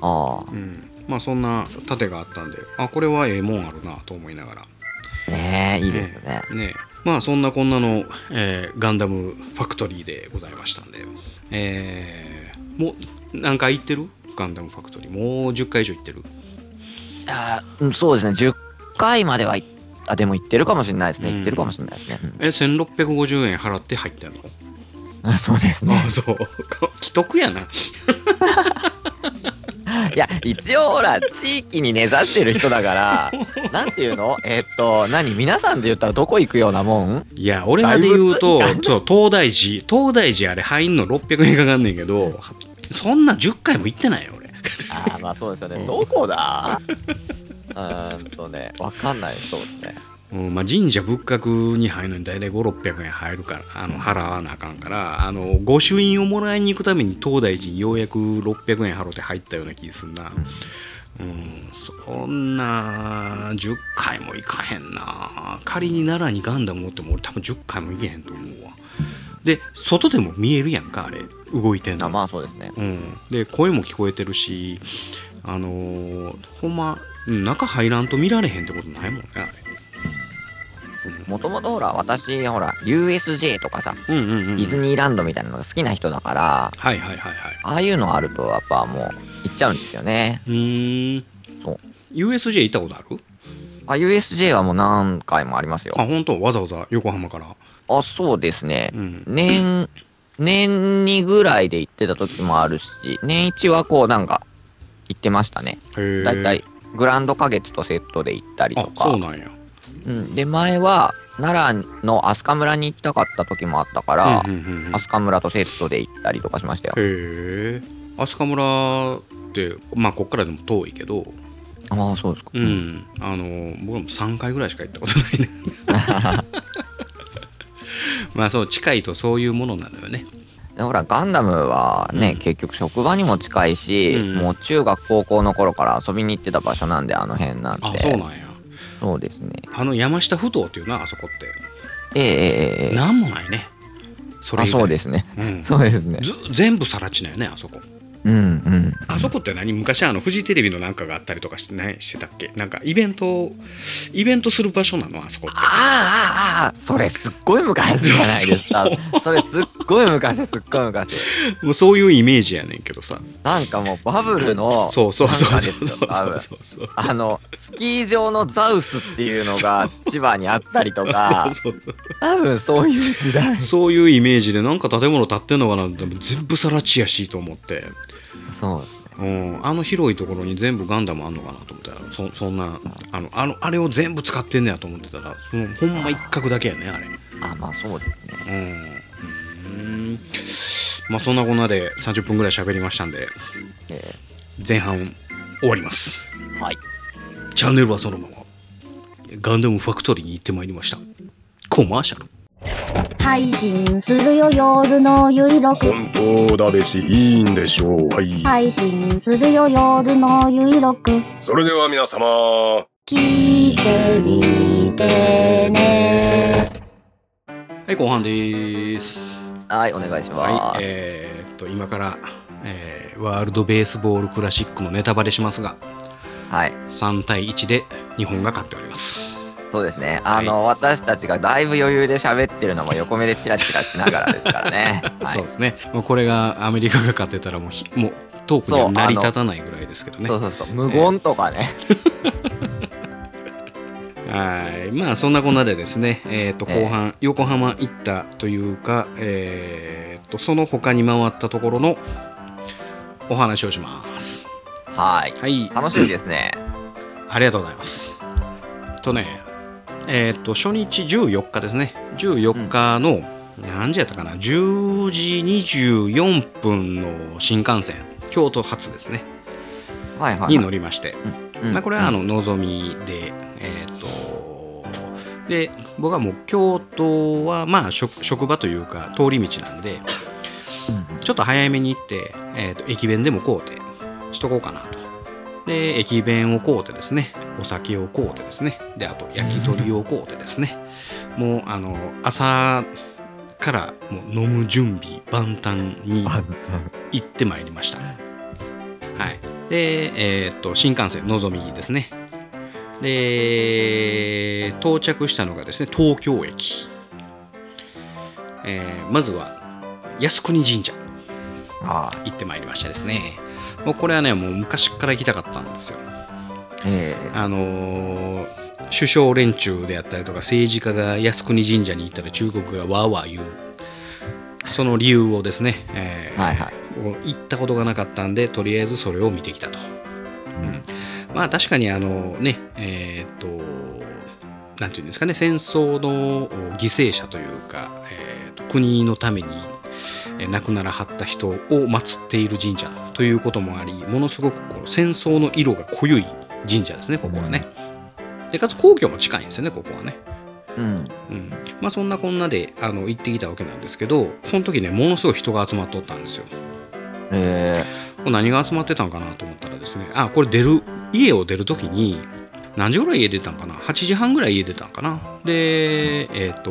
[SPEAKER 2] あ
[SPEAKER 1] うんまあそんな盾があったんであこれはええもんあるなと思いながら
[SPEAKER 2] あ。ねえ、いいですよね。
[SPEAKER 1] ねえまあそんなこんなの、えーガンダムファクトリーでございましたんでえー、もう何回行ってるガンダムファクトリーもう10回以上行ってる
[SPEAKER 2] あーうんそうですね、10回まではいあ、でも行ってるかもしれないですね、
[SPEAKER 1] うん
[SPEAKER 2] 行ってるかもしれないですね。
[SPEAKER 1] え1650円払って入ってんの
[SPEAKER 2] うん あそうですね
[SPEAKER 1] あ。 そう。既得やな。
[SPEAKER 2] いや、一応、ほら、地域に根ざしてる人 だから、なんていうのえーっと、何、皆さんで言ったらどこ行くようなもん
[SPEAKER 1] いや、俺らで言うと
[SPEAKER 2] だい、
[SPEAKER 1] そう、東大寺、東大寺あれ入んの600円かかんねんけど、そんな10回も行ってないよ、俺。
[SPEAKER 2] あーまあそうですよね、どこだうーんとね、わかんない、そうですね。
[SPEAKER 1] うんまあ、神社仏閣に入るのに大体5、600円入るから、あの払わなあかんから、あの、御朱印をもらいに行くために東大寺にようやく600円払って入ったような気すんな。うん、そんな10回も行かへんな仮に奈良にガンダム持っても俺多分10回も行けへんと思うわで外でも見えるやんかあれ動いてん
[SPEAKER 2] あ
[SPEAKER 1] の、
[SPEAKER 2] まあそうですね。
[SPEAKER 1] うん、で声も聞こえてるしあのーほんまうん中入らんと見られへんってことないもんねあれ
[SPEAKER 2] もともとほら、私、ほら、USJ とかさ、
[SPEAKER 1] うんうんうん
[SPEAKER 2] ディズニーランドみたいなのが好きな人だから、
[SPEAKER 1] はいはいはいはい
[SPEAKER 2] ああいうのあると、やっぱもう、行っちゃうんですよね。
[SPEAKER 1] うーん
[SPEAKER 2] そう
[SPEAKER 1] USJ 行ったことある
[SPEAKER 2] あ、USJ はもう何回もありますよ
[SPEAKER 1] あ。本当わざわざ横浜から
[SPEAKER 2] あ、そうですね
[SPEAKER 1] う。ん
[SPEAKER 2] 年、年2ぐらいで行ってた時もあるし、年1はこう、なんか、行ってましたね。
[SPEAKER 1] へえ
[SPEAKER 2] だいたい、グランド花月とセットで行ったり
[SPEAKER 1] あ
[SPEAKER 2] とか。
[SPEAKER 1] そうなんや
[SPEAKER 2] うん、で、前は、奈良の飛鳥村に行きたかった時もあったから、
[SPEAKER 1] うんうんうんうんへ
[SPEAKER 2] 飛鳥村とセットで行ったりとかしましたよ。
[SPEAKER 1] え飛鳥村ってまあこっからでも遠いけど
[SPEAKER 2] ああ、そうですか。
[SPEAKER 1] う。んあの僕らも3回ぐらいしか行ったことないね まあそう近いとそういうものなのよね
[SPEAKER 2] でほら、ガンダムはね、
[SPEAKER 1] うん
[SPEAKER 2] 結局職場にも近いし、
[SPEAKER 1] うん
[SPEAKER 2] もう中学、高校の頃から遊びに行ってた場所なんで、あの辺なんで。
[SPEAKER 1] あそうなんや
[SPEAKER 2] そうですね。
[SPEAKER 1] あの山下ふ頭っていうなあそこって
[SPEAKER 2] ええええええ
[SPEAKER 1] なんもないねそれ
[SPEAKER 2] あ、
[SPEAKER 1] 以外
[SPEAKER 2] そうですね。
[SPEAKER 1] うん
[SPEAKER 2] そうですね。
[SPEAKER 1] ず全部更地だよねあそこ
[SPEAKER 2] うんうん。
[SPEAKER 1] あそこって何昔あのフジテレビのなんかがあったりとかしてないしてたっけなんかイベントイベントする場所なのあそこって
[SPEAKER 2] ああああああそれすっごい昔じゃないですか。それすっごい昔、すっごい昔。
[SPEAKER 1] もうそういうイメージやねんけどさ
[SPEAKER 2] なんかもうバブルの、
[SPEAKER 1] そうそうそうそう
[SPEAKER 2] なんかです
[SPEAKER 1] そうそうそうそ
[SPEAKER 2] よ多分
[SPEAKER 1] う
[SPEAKER 2] あの、スキー場のザウスっていうのが千葉にあったりとか、
[SPEAKER 1] そうそう
[SPEAKER 2] 多分そういう時代。
[SPEAKER 1] そういうイメージでなんか建物建ってんのかなでも全部更地やしと思って、
[SPEAKER 2] そ
[SPEAKER 1] う
[SPEAKER 2] う。
[SPEAKER 1] ん、あの広いところに全部ガンダムあんのかなと思ったらそそんなあのあのあれを全部使ってんねやと思ってたらそのほんま一角だけやねあれ
[SPEAKER 2] あ、まあそうですね。
[SPEAKER 1] うんまあそんなこんなで30分ぐらい喋りましたんで
[SPEAKER 2] え
[SPEAKER 1] 前半終わります
[SPEAKER 2] ーはい。
[SPEAKER 1] チャンネルはそのままガンダムファクトリーに行ってまいりましたコマーシャル
[SPEAKER 6] 配信するよ夜のゆいろく
[SPEAKER 7] 本当だべしいいんでしょうはい、
[SPEAKER 6] 配信するよ夜のゆいろく
[SPEAKER 7] それでは皆様
[SPEAKER 6] 聞いてみてね
[SPEAKER 1] はい後半です
[SPEAKER 2] はい、お願いしま
[SPEAKER 1] はい
[SPEAKER 2] す。
[SPEAKER 1] えーっと今から、えーワールドベースボールクラシックのネタバレしますが
[SPEAKER 2] はい。
[SPEAKER 1] 3対1で日本が勝っております
[SPEAKER 2] そうですね。あの、私たちがだいぶ余裕で喋ってるのも横目でチラチラしながらですか らね。は
[SPEAKER 1] そう
[SPEAKER 2] い
[SPEAKER 1] で。すねもうこれがアメリカが勝ってたらもうひもうトークには成り立たないぐらいですけどね
[SPEAKER 2] そうそうそう。無言とかね。
[SPEAKER 1] はいまあそんなこんなでですね、えー、と
[SPEAKER 2] ええ
[SPEAKER 1] 後半、横浜行ったというか、えー、とその他に回ったところのお話をします。
[SPEAKER 2] はい。
[SPEAKER 1] はい、
[SPEAKER 2] 楽しみですね。
[SPEAKER 1] ありがとうございます。とね、えー、と初日14日ですね、14日の、何時やったかな、10時24分の新幹線、京都発ですね、
[SPEAKER 2] はいはい、
[SPEAKER 1] に
[SPEAKER 2] はい
[SPEAKER 1] 乗りまして、
[SPEAKER 2] うん
[SPEAKER 1] まあ、これはあののぞみで、えー、とで僕はもう京都はまあ職職場というか通り道なんで
[SPEAKER 2] うん
[SPEAKER 1] ちょっと早めに行って、えー、と駅弁でも買うてしとこうかなとで駅弁を買うてですねお酒を買うてですねであと焼き鳥を買うてですねもうあの朝からもう飲む準備万端に行ってまいりました。はい、で、えーっと新幹線のぞみですね。で到着したのがですね東京駅、えーまずは靖国神社
[SPEAKER 2] あ
[SPEAKER 1] 行ってまいりましたですねもうこれはねもう昔から行きたかったんですよ
[SPEAKER 2] ーええ
[SPEAKER 1] あのー首相連中であったりとか政治家が靖国神社に行ったら中国がわーわー言うその理由をですね、えー
[SPEAKER 2] はいはい。
[SPEAKER 1] 行ったことがなかったんでとりあえずそれを見てきたと、うんまあ確かにあのねえーっとなんていうんですかね戦争の犠牲者というか、えーっと国のためにえー亡くならはった人を祀っている神社ということもありものすごくこう戦争の色が濃ゆい神社ですねここはねでかつ皇居も近いんですよねここはね
[SPEAKER 2] うん。
[SPEAKER 1] うんまあそんなこんなであの行ってきたわけなんですけどこの時ねものすごい人が集まっとったんですよ
[SPEAKER 2] え
[SPEAKER 1] これ何が集まってたんかなと思ったらですねあこれ出る家を出る時に何時ぐらい家出たんかな8時半ぐらい家出たんかなでえっ、と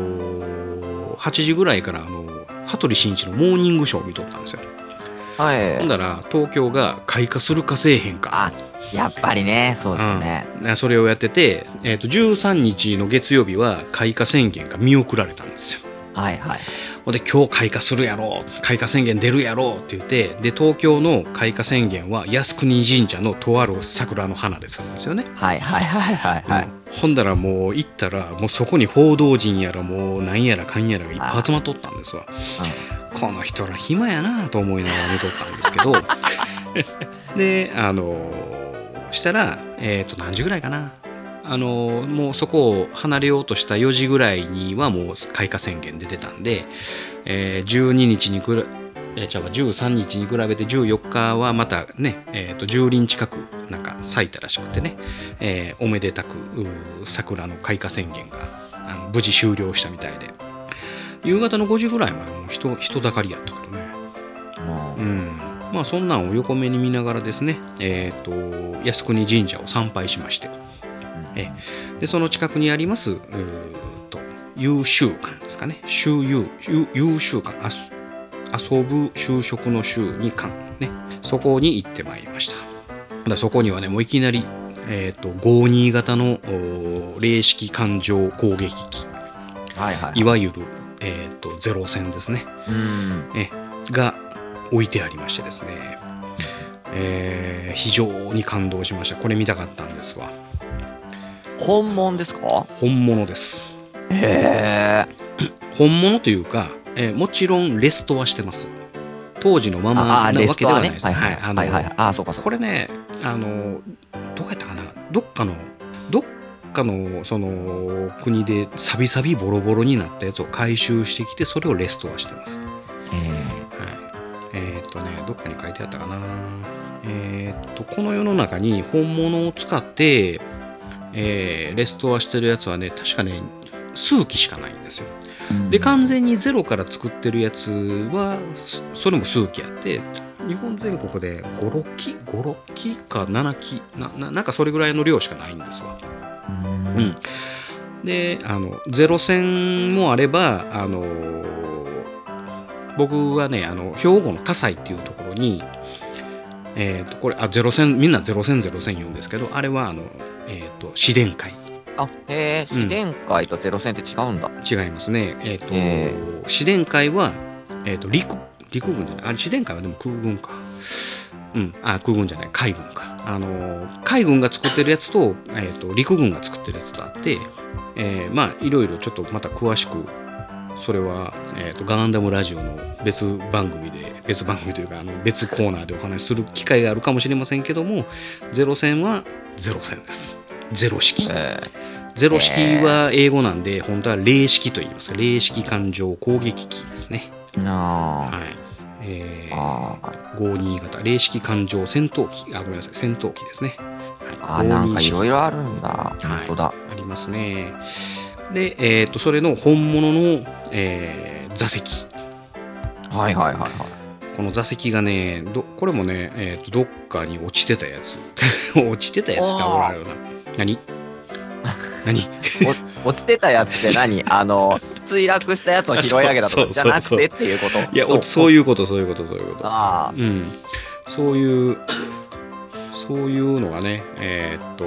[SPEAKER 1] 8時ぐらいからあの羽鳥慎一のモーニングショーを見とったんですよ
[SPEAKER 2] えは
[SPEAKER 1] ほん
[SPEAKER 2] い。
[SPEAKER 1] だら東京が開花するかせえへんか
[SPEAKER 2] あ、やっぱりね、そうですね。
[SPEAKER 1] ねそれをやってて、えー、と13日の月曜日は開花宣言が見送られたんですよ。
[SPEAKER 2] はいはい。
[SPEAKER 1] ほんで今日開花するやろう開花宣言出るやろうって言ってで東京の開花宣言は靖国神社のとある桜の花でするんですよね。
[SPEAKER 2] はいはいはいはいは
[SPEAKER 1] う
[SPEAKER 2] い。
[SPEAKER 1] んほんだらもう行ったらもうそこに報道陣やらもう何やらかんやらがいっぱい集まっとったんですわ。この人ら暇やなと思いながら見とったんですけどであのしたらえっ、と何時ぐらいかなあのもうそこを離れようとした4時ぐらいにはもう開花宣言で出たんで、えー12日にくらえーちゃうわ13日に比べて14日はまたね、えーと10輪近くなんか咲いたらしくてね、えーおめでたくうー桜の開花宣言があの無事終了したみたいで夕方の5時ぐらいまでもう人人だかりやったけどね、
[SPEAKER 2] も
[SPEAKER 1] うん、まあそんなんを横目に見ながらですね、えー、と靖国神社を参拝しましてえでその近くにありますうーと優秀館ですかね周遊優優秀館あす遊ぶ就職の週に館ねそこに行ってまいりましただそこにはねもういきなり、えー、と52型のお霊式感情攻撃機
[SPEAKER 2] うはいはいい。
[SPEAKER 1] わゆる、えー、とゼロ戦ですね
[SPEAKER 2] うん。
[SPEAKER 1] えが置いてありましてですね、えー非常に感動しましたこれ見たかったんですわ
[SPEAKER 2] 本物ですか
[SPEAKER 1] 本物です
[SPEAKER 2] へえ。
[SPEAKER 1] 本物というか、えーもちろんレストはしてます当時のま
[SPEAKER 2] あ
[SPEAKER 1] ま
[SPEAKER 2] あ、
[SPEAKER 1] な
[SPEAKER 2] レ
[SPEAKER 1] わ
[SPEAKER 2] ス
[SPEAKER 1] け
[SPEAKER 2] ト
[SPEAKER 1] では
[SPEAKER 2] ア
[SPEAKER 1] ない
[SPEAKER 2] ね
[SPEAKER 1] で。す
[SPEAKER 2] はいは
[SPEAKER 1] は
[SPEAKER 2] い
[SPEAKER 1] いあ
[SPEAKER 2] はいはい。
[SPEAKER 1] の
[SPEAKER 2] あ、そうかそうか。
[SPEAKER 1] これねあのどこやったかなどっかのどっかのその国でサビサビボロボロになったやつを回収してきてそれをレストアしてます
[SPEAKER 2] え
[SPEAKER 1] はい、えーっとねどっかに書いてあったかなえーっとこの世の中に本物を使って、えーレストアしてるやつはね確かね数機しかないんですよ
[SPEAKER 2] ー
[SPEAKER 1] で完全にゼロから作ってるやつはそそれも数機あって日本全国で56機56機か7機なななんかそれぐらいの量しかないんですわ
[SPEAKER 2] うん
[SPEAKER 1] うん、であのゼロ戦もあればあの僕はねあの兵庫の葛西っていうところに、えー、とこれあゼロ戦みんなゼロ戦ゼロ戦言うんですけどあれはあの、えー、と四殿会
[SPEAKER 2] あ、へえ、
[SPEAKER 1] うん
[SPEAKER 2] 自然界とゼロ戦って違うんだ。
[SPEAKER 1] 違いますね、えーと
[SPEAKER 2] え
[SPEAKER 1] 四殿会は、えー、と陸陸軍じゃないあれ四殿会はでも空軍か、うん、あ空軍じゃない海軍かあの海軍が作ってるやつと,、えー、と陸軍が作ってるやつとあって、えーまあいろいろちょっとまた詳しくそれは、えー、とガンダムラジオの別番組で別番組というかあの別コーナーでお話しする機会があるかもしれませんけどもゼロ戦はゼロ戦ですゼロ式、
[SPEAKER 2] えー
[SPEAKER 1] ゼロ式は英語なんで、本当は零式と言いますか、零式感情攻撃機ですね。
[SPEAKER 2] なあ。
[SPEAKER 1] はい。えー、
[SPEAKER 2] あー
[SPEAKER 1] 52型、零式感情戦闘機、あ、ごめんなさい、戦闘機ですね。はい、
[SPEAKER 2] あー、なんかいろい
[SPEAKER 1] ろ
[SPEAKER 2] ろあるんだ。本当だ。
[SPEAKER 1] ありますね。で、えっ、と、それの本物の、えー座席。
[SPEAKER 2] はい はいはいはい。
[SPEAKER 1] この座席がね、どこれもね、えーと、どっかに落ちてたやつ。 落ちてたやつっておられるな。何 何
[SPEAKER 2] お落ちてたやつって何あの墜落したやつを拾い上げた
[SPEAKER 1] そう
[SPEAKER 2] と
[SPEAKER 1] そ
[SPEAKER 2] か
[SPEAKER 1] う
[SPEAKER 2] じ
[SPEAKER 1] そう
[SPEAKER 2] ゃなくてっていうこと
[SPEAKER 1] いや、
[SPEAKER 2] そ
[SPEAKER 1] お
[SPEAKER 2] う
[SPEAKER 1] そういうこと、そういうこと、そういうこと。
[SPEAKER 2] あ
[SPEAKER 1] うん、そういうそういうのがねえーっと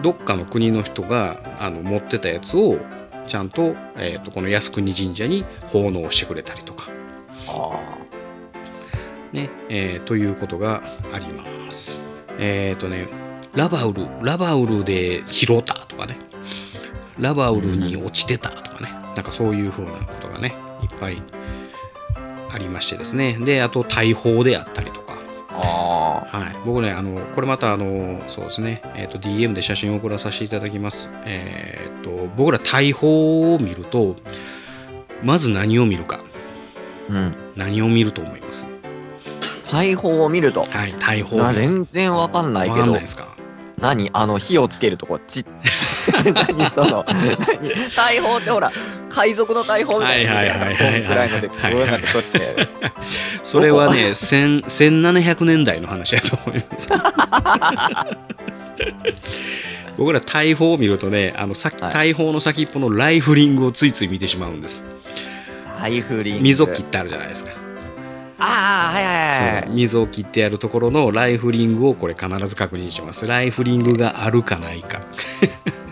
[SPEAKER 1] どっかの国の人があの持ってたやつをちゃんと,、えーっとこの靖国神社に奉納してくれたりとか、
[SPEAKER 2] ーあ
[SPEAKER 1] ねえーということがあります。えーっとねラバウルラバウルで拾ったとかねラバウルに落ちてたとかね、なんかそういうふうなことがねいっぱいありましてですねであと大砲であったりとか
[SPEAKER 2] ーあ
[SPEAKER 1] はい、僕ねあの、これまたあのそうですね、えーと、DM で写真を送らさせていただきます。えー、と僕ら大砲を見ると、まず何を見るか、
[SPEAKER 2] ーうん
[SPEAKER 1] 何を見ると思います
[SPEAKER 2] 大砲を見ると
[SPEAKER 1] はい、大砲。
[SPEAKER 2] な全然わかんないけ
[SPEAKER 1] わかん
[SPEAKER 2] ど
[SPEAKER 1] ないですか
[SPEAKER 2] 何あの火をつけるとこち何その何大砲ってほら海賊の大砲みたいな
[SPEAKER 1] はいはいはいはい
[SPEAKER 2] こんくらいのでこ
[SPEAKER 1] はいうはい
[SPEAKER 2] なってこうやって
[SPEAKER 1] それはね、千1700年代の話だと思い ます。僕ら大砲を見るとね、あのさ
[SPEAKER 2] はい
[SPEAKER 1] 大砲の先っぽのライフリングをついつい見てしまうんです。
[SPEAKER 2] ハイフリング
[SPEAKER 1] 溝切ってあるじゃないですか。
[SPEAKER 2] あああ、はいはいは
[SPEAKER 1] そ
[SPEAKER 2] い。
[SPEAKER 1] の水を切ってやるところのライフリングをこれ必ず確認しますライフリングがあるかないか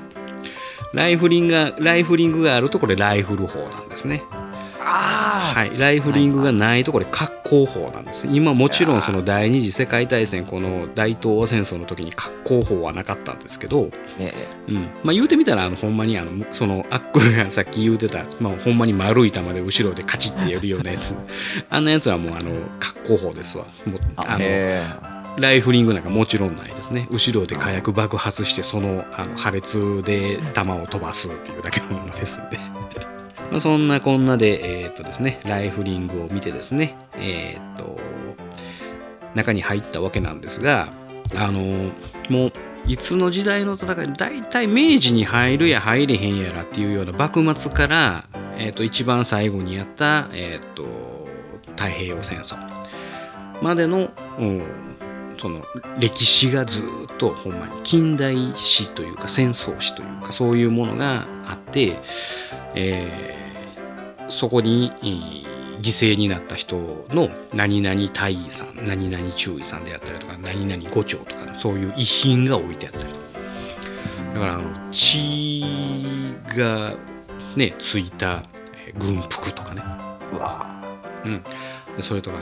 [SPEAKER 1] ライフリングがライフリングがあるとこれライフル砲なんですね
[SPEAKER 2] あ
[SPEAKER 1] はい、ライフリングがないとこれ核攻法なんです今もちろんその第二次世界大戦この大東亜戦争の時に核攻法はなかったんですけど、
[SPEAKER 2] あ、え
[SPEAKER 1] うんまあ、言うてみたらあのほんまにあのそのアックがさっき言うてた、 まあ、ほんまに丸い球で後ろでカチッてやるようなや つあんなやつはもうあの核攻法ですわもうあの
[SPEAKER 2] え
[SPEAKER 1] ライフリングなんかもちろんないですね後ろで火薬爆発してそのあの破裂で弾を飛ばすっていうだけのものですんで。 まあ、そんなこんなで、えーっとですね、ライフリングを見てですね、えーっと、中に入ったわけなんですが、あの、もう、いつの時代の戦い、大体明治に入るや入れへんやらっていうような幕末から、えーっと、一番最後にやった、えーっと、太平洋戦争までの、うんその歴史がずーっとほんまに近代史というか戦争史というかそういうものがあって、えーそこにえー犠牲になった人の何々大尉さん何々中尉さんであったりとか何々伍長とか、そういう遺品が置いてあったりとかだからあの血がねついたえー軍服とかね
[SPEAKER 2] うわ
[SPEAKER 1] でそれとか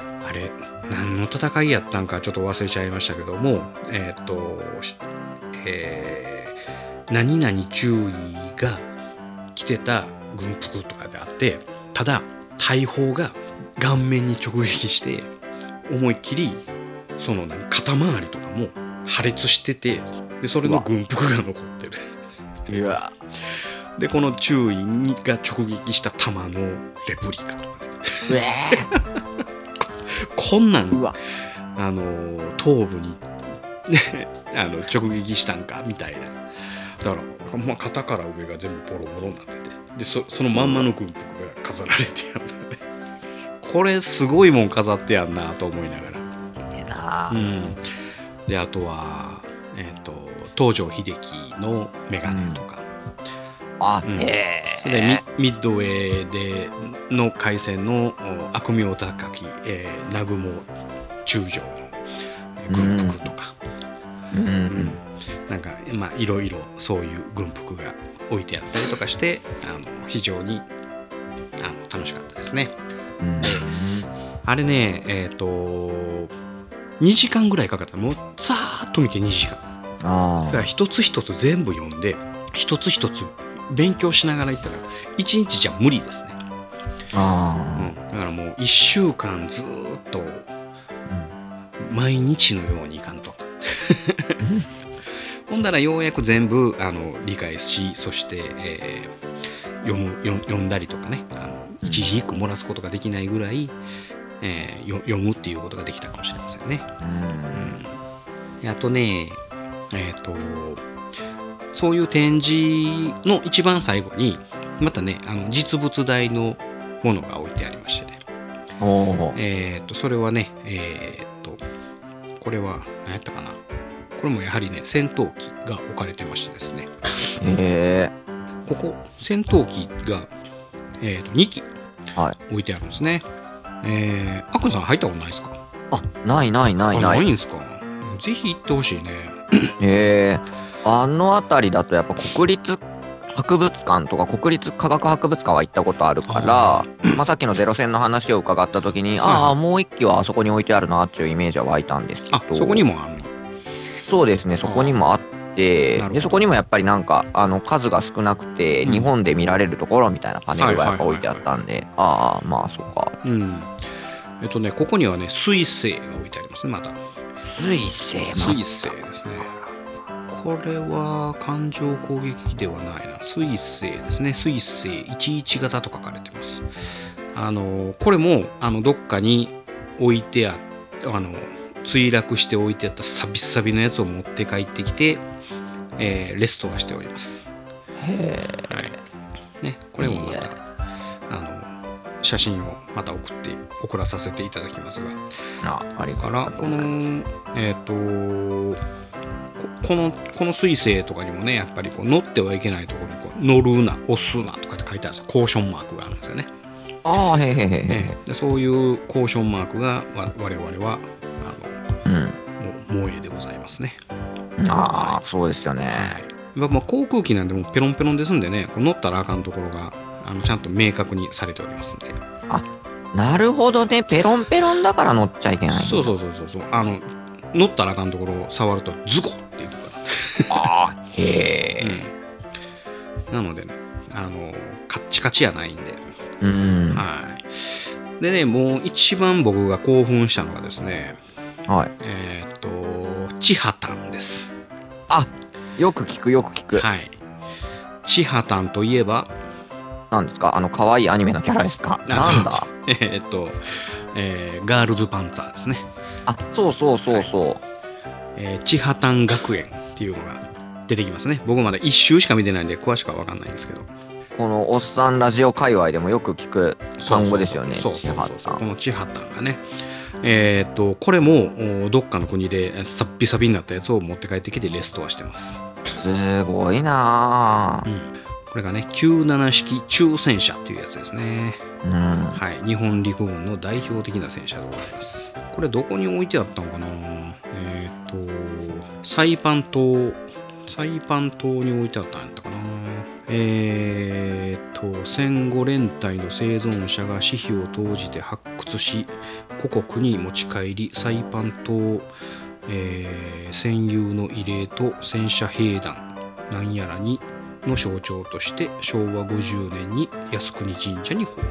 [SPEAKER 1] あのあれ何の戦いやったんかちょっと忘れちゃいましたけどもえーっと、しえー何々注意が着てた軍服とかであってただ大砲が顔面に直撃して思いっきりその何肩周りとかも破裂しててでそれの軍服が残ってる。
[SPEAKER 2] うわ
[SPEAKER 1] でこの注意にが直撃した弾のレプリカとかね
[SPEAKER 2] うえ
[SPEAKER 1] こんなん
[SPEAKER 2] うわ
[SPEAKER 1] あの頭部に あの直撃したんかみたいなだから、まあ、肩から上が全部ボロボロになっててでそそのまんまの軍服が飾られてやんだよね これすごいもん飾ってやんなと思いながら
[SPEAKER 2] ええな
[SPEAKER 1] うん、であとは、えっと東條英機の眼鏡とか、
[SPEAKER 2] あ
[SPEAKER 1] うん
[SPEAKER 2] え
[SPEAKER 1] でミ
[SPEAKER 2] え
[SPEAKER 1] ミッドウェーでの海戦のお悪名高き、えー、南雲中将のえー軍服とか、
[SPEAKER 2] うん
[SPEAKER 1] うんなんかまあいろいろそういう軍服が置いてあったりとかしてあの非常にあの楽しかったですね
[SPEAKER 2] うん
[SPEAKER 1] あれねえっ、と2時間ぐらいかかったもうざーっと見て2時間
[SPEAKER 2] あ
[SPEAKER 1] だか
[SPEAKER 2] あ
[SPEAKER 1] ら一つ一つ全部読んで一つ一つ勉強しながら行ったら1日じゃ無理ですねう
[SPEAKER 2] あ
[SPEAKER 1] ん、だからもう1週間ずーっと毎日のようにいかんと ほんだらようやく全部あの理解しそして、えー読む読読んだりとかねあの一字一句漏らすことができないぐらい、えーよ読むっていうことができたかもしれませんね。
[SPEAKER 2] あうん
[SPEAKER 1] であとねえっ、とそういう展示の一番最後にまたねあの実物大のものが置いてありましてね
[SPEAKER 2] おお
[SPEAKER 1] えーっと、それはね、えーっと、これは、何やったかな。これもやはりね、戦闘機が置かれてましてですね、
[SPEAKER 2] ええ
[SPEAKER 1] ここ、戦闘機が、えーっと、2機
[SPEAKER 2] は
[SPEAKER 1] 置いてあるんですね。えー、あくんさん入ったことないですか
[SPEAKER 2] あないないないな
[SPEAKER 1] あ
[SPEAKER 2] い
[SPEAKER 1] んですかぜひ行ってほしいね。
[SPEAKER 2] ええあの辺りだとやっぱ国立博物館とか国立科学博物館は行ったことあるから、まあ、さっきのゼロ戦の話を伺った時に、ああもう一機はあそこに置いてあるなっていうイメージは湧いたんですけど
[SPEAKER 1] あ、そこにもあるの。
[SPEAKER 2] そうですね、そこにもあって
[SPEAKER 1] なるほど
[SPEAKER 2] でそこにもやっぱりなんかあの数が少なくて、
[SPEAKER 1] うん
[SPEAKER 2] 日本で見られるところみたいなパネルがやっぱ
[SPEAKER 1] はいは
[SPEAKER 2] 置
[SPEAKER 1] いい
[SPEAKER 2] て
[SPEAKER 1] はいはい
[SPEAKER 2] あったんで、ああまあそうか
[SPEAKER 1] うん。えっとね、ここにはね、水星が置いてありますね、また。
[SPEAKER 2] 水星
[SPEAKER 1] 水星ですね。これは感情攻撃機ではないな。水星ですね。水星11型と書かれてます。あのこれもあのどっかに置いてああの墜落して置いてあったサビサビのやつを持って帰ってきて、えーレストはしております。
[SPEAKER 2] へ
[SPEAKER 1] はい。ね、これもま
[SPEAKER 2] いい
[SPEAKER 1] た
[SPEAKER 2] ね
[SPEAKER 1] あの写真をまた送って送らさせていただきますが。
[SPEAKER 2] えなあり
[SPEAKER 1] だ
[SPEAKER 2] が
[SPEAKER 1] か
[SPEAKER 2] と
[SPEAKER 1] ら
[SPEAKER 2] う
[SPEAKER 1] こ
[SPEAKER 2] ございます
[SPEAKER 1] のえっ、とここのこの彗星とかにもねやっぱりこう乗ってはいけないところにこう乗るな押すなとかって書いてあるんですよコーションマークがあるんですよね
[SPEAKER 2] ああ、へへへへ
[SPEAKER 1] え
[SPEAKER 2] へ。
[SPEAKER 1] えでそういうコーションマークがわ我々は
[SPEAKER 2] うん。
[SPEAKER 1] あのも萌えでございますね。
[SPEAKER 2] ああ、そうですよ
[SPEAKER 1] は
[SPEAKER 2] ね。
[SPEAKER 1] いまあまあ、航空機なんでもうペロンペロンですんでねこう乗ったらあかんところがあのちゃんと明確にされておりますんで
[SPEAKER 2] なるほどね。ペロンペロンだから乗っちゃいけない。
[SPEAKER 1] そうそうそうそうそうあの乗ったらあかんところを触るとズコっていくから
[SPEAKER 2] ああ、へえ。
[SPEAKER 1] うん、なのでねあのカッチカチやないんで、
[SPEAKER 2] うん。
[SPEAKER 1] はいでねもう一番僕が興奮したのがですね
[SPEAKER 2] はい。
[SPEAKER 1] えーっと千葉タンです
[SPEAKER 2] よく聞く、よく聞く。
[SPEAKER 1] はい千葉タンといえば
[SPEAKER 2] なんですかあの、可愛いアニメのキャラですかなんだ
[SPEAKER 1] そうそう えーっと、えーガールズパンツァーですね、
[SPEAKER 2] あ、そうそうそうそう。
[SPEAKER 1] えー、千葉タン学園っていうのが出てきますね僕まだ一周しか見てないんで詳しくは分かんないんですけど
[SPEAKER 2] このおっさんラジオ界隈でもよく聞く単語ですよね。
[SPEAKER 1] そうそうそう
[SPEAKER 2] シ
[SPEAKER 1] そ
[SPEAKER 2] ハ
[SPEAKER 1] う
[SPEAKER 2] タ
[SPEAKER 1] こ
[SPEAKER 2] ン
[SPEAKER 1] の千畑がね。えーっとこれもおどっかの国でさっぴさびになったやつを持って帰ってきてレストアしてます。
[SPEAKER 2] すごいな
[SPEAKER 1] これがね97式中戦車っていうやつですね。
[SPEAKER 2] ぁ。うん。
[SPEAKER 1] はい、日本陸軍の代表的な戦車でございます。これどこに置いてあったのかなえーっとサイパン島サイパン島に置いてあったんやったかなえーっと戦後連隊の生存者が私費を投じて発掘し故国に持ち帰りサイパン島、えー戦友の慰霊と戦車兵団なんやらにの象徴として昭和50年に靖国神社に奉納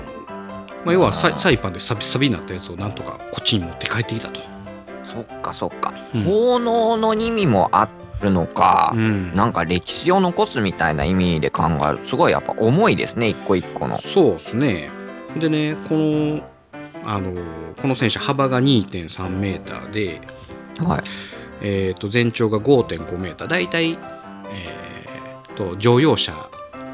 [SPEAKER 1] まあ、要はサイサイパンでサビサビになったやつをなんとかこっちに持って帰ってきたと。
[SPEAKER 2] そっかそっか
[SPEAKER 1] うん。
[SPEAKER 2] 奉納の意味もあるのか
[SPEAKER 1] う。ん
[SPEAKER 2] なんか歴史を残すみたいな意味で考えるすごいやっぱ重いですね一個一個の
[SPEAKER 1] そうですね。でねこのあのこの戦車幅が2.3メーターで、
[SPEAKER 2] はい
[SPEAKER 1] えー、と全長が5.5メーター大体、えー、と乗用車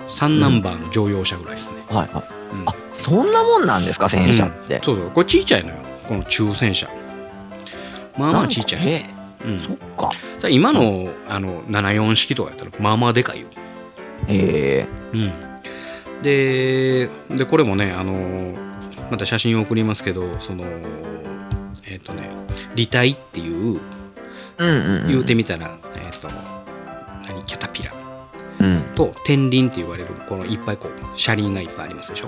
[SPEAKER 1] 3ナンバーの乗用車ぐらいですね。
[SPEAKER 2] はいはい
[SPEAKER 1] うん
[SPEAKER 2] あそんなもんなんですか戦車って、
[SPEAKER 1] そうそうこれちいちゃいのよこの中戦車。まあまあちいちゃい。
[SPEAKER 2] え
[SPEAKER 1] うん
[SPEAKER 2] そっか
[SPEAKER 1] ただ今のあの74式とかやったらまあまあでかいよ。
[SPEAKER 2] へえ
[SPEAKER 1] うん、ででこれもねあのまた写真を送りますけどそのえっ、とね立体っていう
[SPEAKER 2] うんうん、うん、
[SPEAKER 1] 言うてみたら、えっ、と何キャタピラ
[SPEAKER 2] うん
[SPEAKER 1] と天輪って言われるこのいっぱいこう車輪がいっぱいありますでしょ、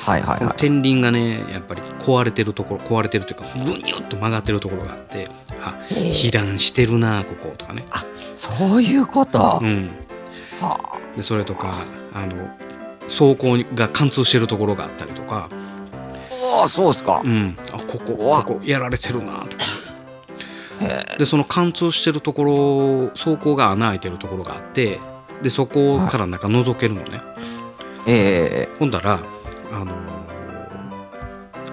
[SPEAKER 2] はいはい
[SPEAKER 1] この
[SPEAKER 2] はい
[SPEAKER 1] 天輪がねやっぱり壊れてるところ壊れてるというかぐにゅっと曲がってるところがあってあ
[SPEAKER 2] へえ
[SPEAKER 1] 被弾してるなこことかね、
[SPEAKER 2] そういうこと、
[SPEAKER 1] うん、
[SPEAKER 2] は
[SPEAKER 1] でそれとかあの走行が貫通してるところがあったりとか、
[SPEAKER 2] あおおそうっすか、
[SPEAKER 1] うん、あここ
[SPEAKER 2] うわ
[SPEAKER 1] ここやられてるなとか
[SPEAKER 2] へえ
[SPEAKER 1] でその貫通してるところ走行が穴開いてるところがあってでそこから中覗けるのね、
[SPEAKER 2] え
[SPEAKER 1] ほんだらあのー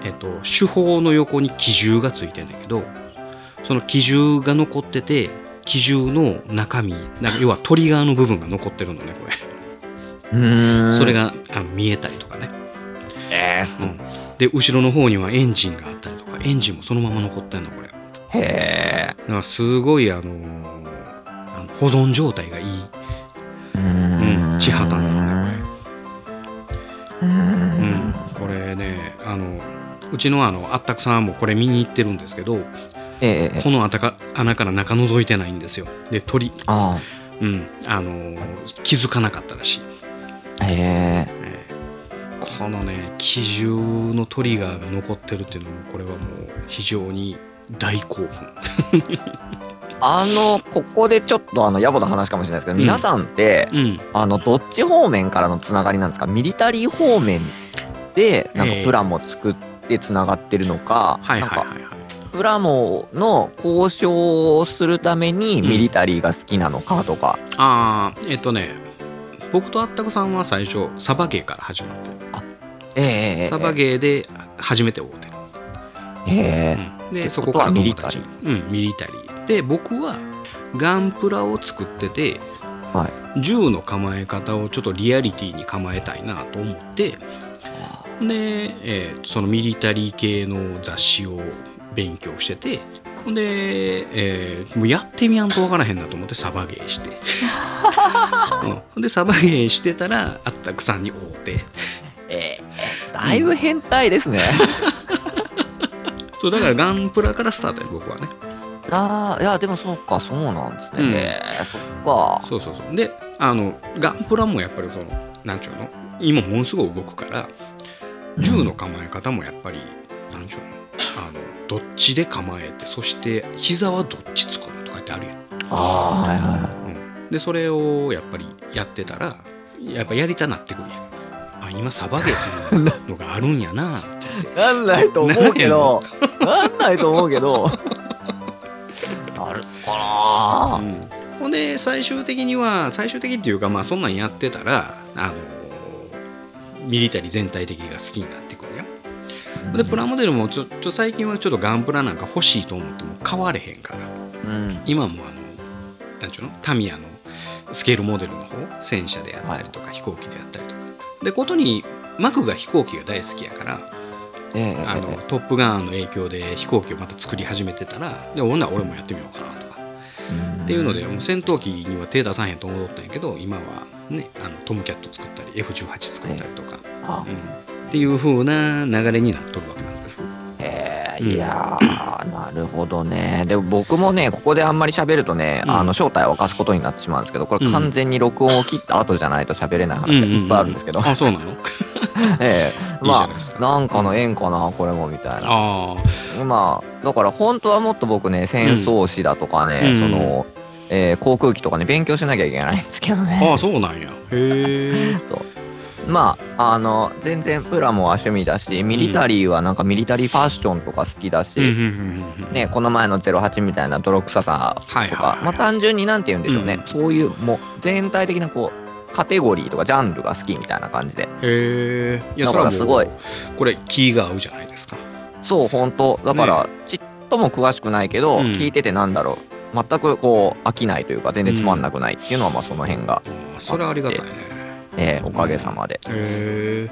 [SPEAKER 1] えっと手法の横に機銃がついてんだけどその機銃が残ってて機銃の中身なんか要はトリガーの部分が残ってるのねこれ、
[SPEAKER 2] うーん
[SPEAKER 1] それがあの見えたりとかね
[SPEAKER 2] えーす
[SPEAKER 1] で後ろの方にはエンジンがあったりとかエンジンもそのまま残ってんのこれ
[SPEAKER 2] へえ
[SPEAKER 1] だからすごいあのーあの保存状態がいい、
[SPEAKER 2] う
[SPEAKER 1] うん、地肌なんだ
[SPEAKER 2] ね
[SPEAKER 1] よこ
[SPEAKER 2] これう
[SPEAKER 1] れ、うんん、これねあのうちのあのあったくさんもこれ見に行ってるんですけど
[SPEAKER 2] ええ
[SPEAKER 1] この穴か穴から中覗いてないんですよで鳥、
[SPEAKER 2] あ
[SPEAKER 1] うんあのー気づかなかったらしい、
[SPEAKER 2] あへえ
[SPEAKER 1] えーこのね機銃のトリガーが残ってるっていうのもこれはもう非常に大興奮
[SPEAKER 2] あの、ここでちょっとあの、野暮な話かもしれないですけど、
[SPEAKER 1] うん
[SPEAKER 2] 皆さんって、
[SPEAKER 1] うん
[SPEAKER 2] あの、どっち方面からのつながりなんですかミリタリー方面で、なんか
[SPEAKER 1] ええ
[SPEAKER 2] プラモ作ってつながってるのか、
[SPEAKER 1] はい
[SPEAKER 2] なん
[SPEAKER 1] はいは
[SPEAKER 2] か、
[SPEAKER 1] いはい
[SPEAKER 2] プラモの交渉をするために
[SPEAKER 1] うん
[SPEAKER 2] ミリタリーが好きなのかとか、
[SPEAKER 1] ああえっとね僕とあったくさんは最初サバゲーから始まってる
[SPEAKER 2] ええええ
[SPEAKER 1] サバゲーで初めて会うてる、
[SPEAKER 2] ええ
[SPEAKER 1] うん、で
[SPEAKER 2] て
[SPEAKER 1] そ
[SPEAKER 2] こ
[SPEAKER 1] ことから
[SPEAKER 2] は
[SPEAKER 1] 友達うんミリタリーで僕はガンプラを作ってて、
[SPEAKER 2] は
[SPEAKER 1] 銃の構え方をちょっとリアリティに構えたいなと思ってで、えーそのミリタリー系の雑誌を勉強しててほんで、えーもうやってみやんとわからへんなと思ってサバゲーして、うんほんでサバゲーしてたらあったくさんに会うて
[SPEAKER 2] ええだいぶ変態ですね。
[SPEAKER 1] そうだからガンプラからスタートや僕はね
[SPEAKER 2] ああ、いや、でもそうか、そうなんですね。
[SPEAKER 1] うん
[SPEAKER 2] えーそっか。
[SPEAKER 1] そうそうそうであのガンプラもやっぱりそのなんちゅうの今ものすごい動くから銃の構え方もやっぱりなんちゅうのあのどっちで構えてそして膝はどっちつくのとかってあるやん
[SPEAKER 2] ああ、はいはいはい。
[SPEAKER 1] でそれをやっぱりやってたらやっぱやりたなってくるやんあ今サバゲーっていうのがあるんやなって
[SPEAKER 2] なんないと思うけど、なんないと思うけど。なるかな
[SPEAKER 1] うんほんで最終的には最終的っていうかまあそんなんやってたらあのミリタリー全体的が好きになってくるやんでプラモデルもちょっと最近はちょっとガンプラなんか欲しいと思っても買われへんから
[SPEAKER 2] うん。
[SPEAKER 1] 今もあのなんちゅうのタミヤのスケールモデルの方戦車であったりとか、飛行機であったりとかでことにマクが飛行機が大好きやから
[SPEAKER 2] ええ
[SPEAKER 1] あの「トップガン」の影響で飛行機をまた作り始めてたらで女は俺もやってみようかなとかっていうのでもう戦闘機には手出さへんと思ったんやけど今は、ね、あのトムキャット作ったり F18 作ったりとか、
[SPEAKER 2] あ
[SPEAKER 1] うんっていう風な流れになっとるわけなんです。
[SPEAKER 2] え
[SPEAKER 1] うん
[SPEAKER 2] ーいやー、なるほどね。でも僕もね、ここであんまり喋るとね、
[SPEAKER 1] うん
[SPEAKER 2] あの正体を明かすことになってしまうんですけど、これ完全に録音を切った後じゃないと喋れない話がいっぱいあるんですけど、
[SPEAKER 1] あそうなのいい
[SPEAKER 2] ええ
[SPEAKER 1] じゃ
[SPEAKER 2] ま
[SPEAKER 1] ないですか。
[SPEAKER 2] あ、なんかの縁かな、これもみたいな。
[SPEAKER 1] あ
[SPEAKER 2] まあ、だから本当はもっと僕ね、戦争史だとかね、
[SPEAKER 1] うん
[SPEAKER 2] その、えー航空機とかね、勉強しなきゃいけないんですけど
[SPEAKER 1] ーあ
[SPEAKER 2] ね
[SPEAKER 1] ー。そうなんや。へえ。
[SPEAKER 2] そうまあ、あの、全然プラモは趣味だし、ミリタリーはなんかミリタリーファッションとか好きだし、
[SPEAKER 1] うんうんうんうん
[SPEAKER 2] ね、この前の08みたいな泥臭さ
[SPEAKER 1] はい
[SPEAKER 2] と
[SPEAKER 1] はい
[SPEAKER 2] か
[SPEAKER 1] は、い
[SPEAKER 2] まあ単純になんて言うんでしょうね、
[SPEAKER 1] うん
[SPEAKER 2] そういうもう全体的なこう、カテゴリーとかジャンルが好きみたいな感じで。
[SPEAKER 1] へえ。いや
[SPEAKER 2] だ
[SPEAKER 1] それ
[SPEAKER 2] から
[SPEAKER 1] はもう
[SPEAKER 2] すごい。
[SPEAKER 1] これ気が合うじゃないですか。
[SPEAKER 2] そう、本当だから、ちっとも詳しくないけど、
[SPEAKER 1] うん
[SPEAKER 2] 聞いててなんだろう。全くこう飽きないというか全然つまんなくないっていうのはまあその辺
[SPEAKER 1] あ
[SPEAKER 2] が、
[SPEAKER 1] ーそれはありがたいね。
[SPEAKER 2] えーおかげさまで
[SPEAKER 1] へえ。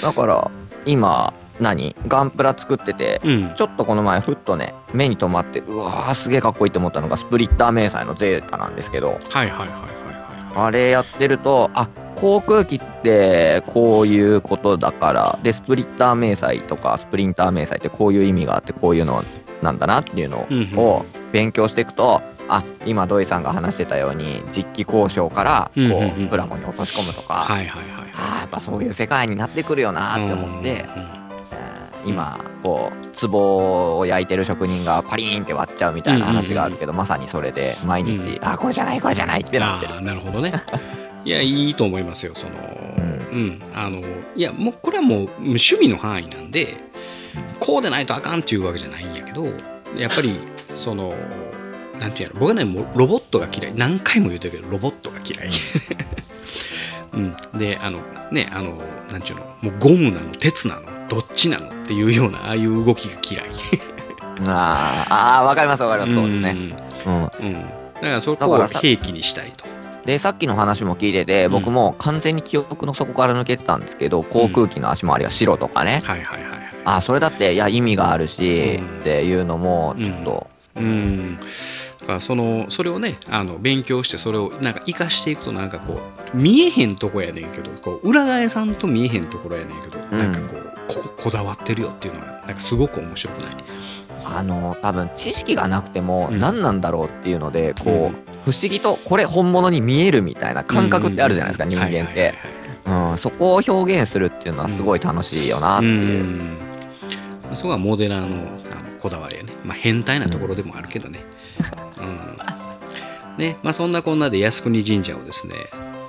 [SPEAKER 2] だから今何ガンプラ作ってて
[SPEAKER 1] うん。
[SPEAKER 2] ちょっとこの前ふっとね目に留まってうわーすげえかっこいいと思ったのがスプリッター迷彩のゼータなんですけど
[SPEAKER 1] はいはいはいはいはい。
[SPEAKER 2] あれやってると、あ航空機ってこういうことだから、で、スプリッター迷彩とか、スプリンター迷彩ってこういう意味があって、こういうのなんだなっていうの
[SPEAKER 1] うんうん
[SPEAKER 2] を勉強していくと、あ今、土井さんが話してたように、実機交渉から
[SPEAKER 1] うん
[SPEAKER 2] こ
[SPEAKER 1] うんうん
[SPEAKER 2] うプラモに落とし込むとか、
[SPEAKER 1] はいはいはい。
[SPEAKER 2] あーやっぱそういう世界になってくるよなって思って、
[SPEAKER 1] うんうん
[SPEAKER 2] えー今、こう、壺を焼いてる職人がパリーンって割っちゃうみたいな話があるけど、まさにそれで毎日、
[SPEAKER 1] うん
[SPEAKER 2] あ、これじゃない、これじゃないってなってる
[SPEAKER 1] あ。ーなるほど ねいやいいと思いますよそのうん、あのいやもうこれはもう趣味の範囲なんでこうでないとあかんっていうわけじゃないんやけどやっぱ りそのなんていうの僕はねもうロボットが嫌い何回も言うてるけどロボットが嫌い、 うん、であのねあのなんていうのもうゴムなの鉄なのどっちなのっていうようなああいう動きが 嫌い
[SPEAKER 2] あーあー、わかりますわかります、そうですね。うん、
[SPEAKER 1] うん、うんだからそ
[SPEAKER 2] だ
[SPEAKER 1] こ
[SPEAKER 2] か
[SPEAKER 1] を
[SPEAKER 2] らさ
[SPEAKER 1] 兵器にしたいと
[SPEAKER 2] で、さっきの話も聞いてて、
[SPEAKER 1] ん
[SPEAKER 2] 僕も完全に記憶の底から抜けてたんですけど、航空機の足回りは白とかね、
[SPEAKER 1] はいはいはいはい
[SPEAKER 2] あーそれだって、いや、意味があるし、
[SPEAKER 1] うん
[SPEAKER 2] っていうのも、ちょっと、
[SPEAKER 1] うん、だからそのそれをねあの勉強してそれをなんか生かしていくとなんかこう見えへんとこやねんけどこう裏返さんと見えへんところやねんけど、
[SPEAKER 2] ん
[SPEAKER 1] なんかこうこここだわってるよっていうのがなんかすごく面白くない
[SPEAKER 2] あの、多分知識がなくても、
[SPEAKER 1] うん
[SPEAKER 2] 何なんだろうっていうので、こう、
[SPEAKER 1] うん
[SPEAKER 2] 不思議と、これ本物に見えるみたいな感覚ってあるじゃないですか、
[SPEAKER 1] うん
[SPEAKER 2] 人間っ
[SPEAKER 1] はいはい
[SPEAKER 2] て、うん。そこを表現するっていうのはすごい楽しいよな
[SPEAKER 1] は
[SPEAKER 2] っ
[SPEAKER 1] いはい
[SPEAKER 2] て
[SPEAKER 1] う
[SPEAKER 2] いう。
[SPEAKER 1] んそこはモデラーのあのこだわりやね、まあ、変態なところでもあるけどね、うんねまあ、そんなこんなで靖国神社をですね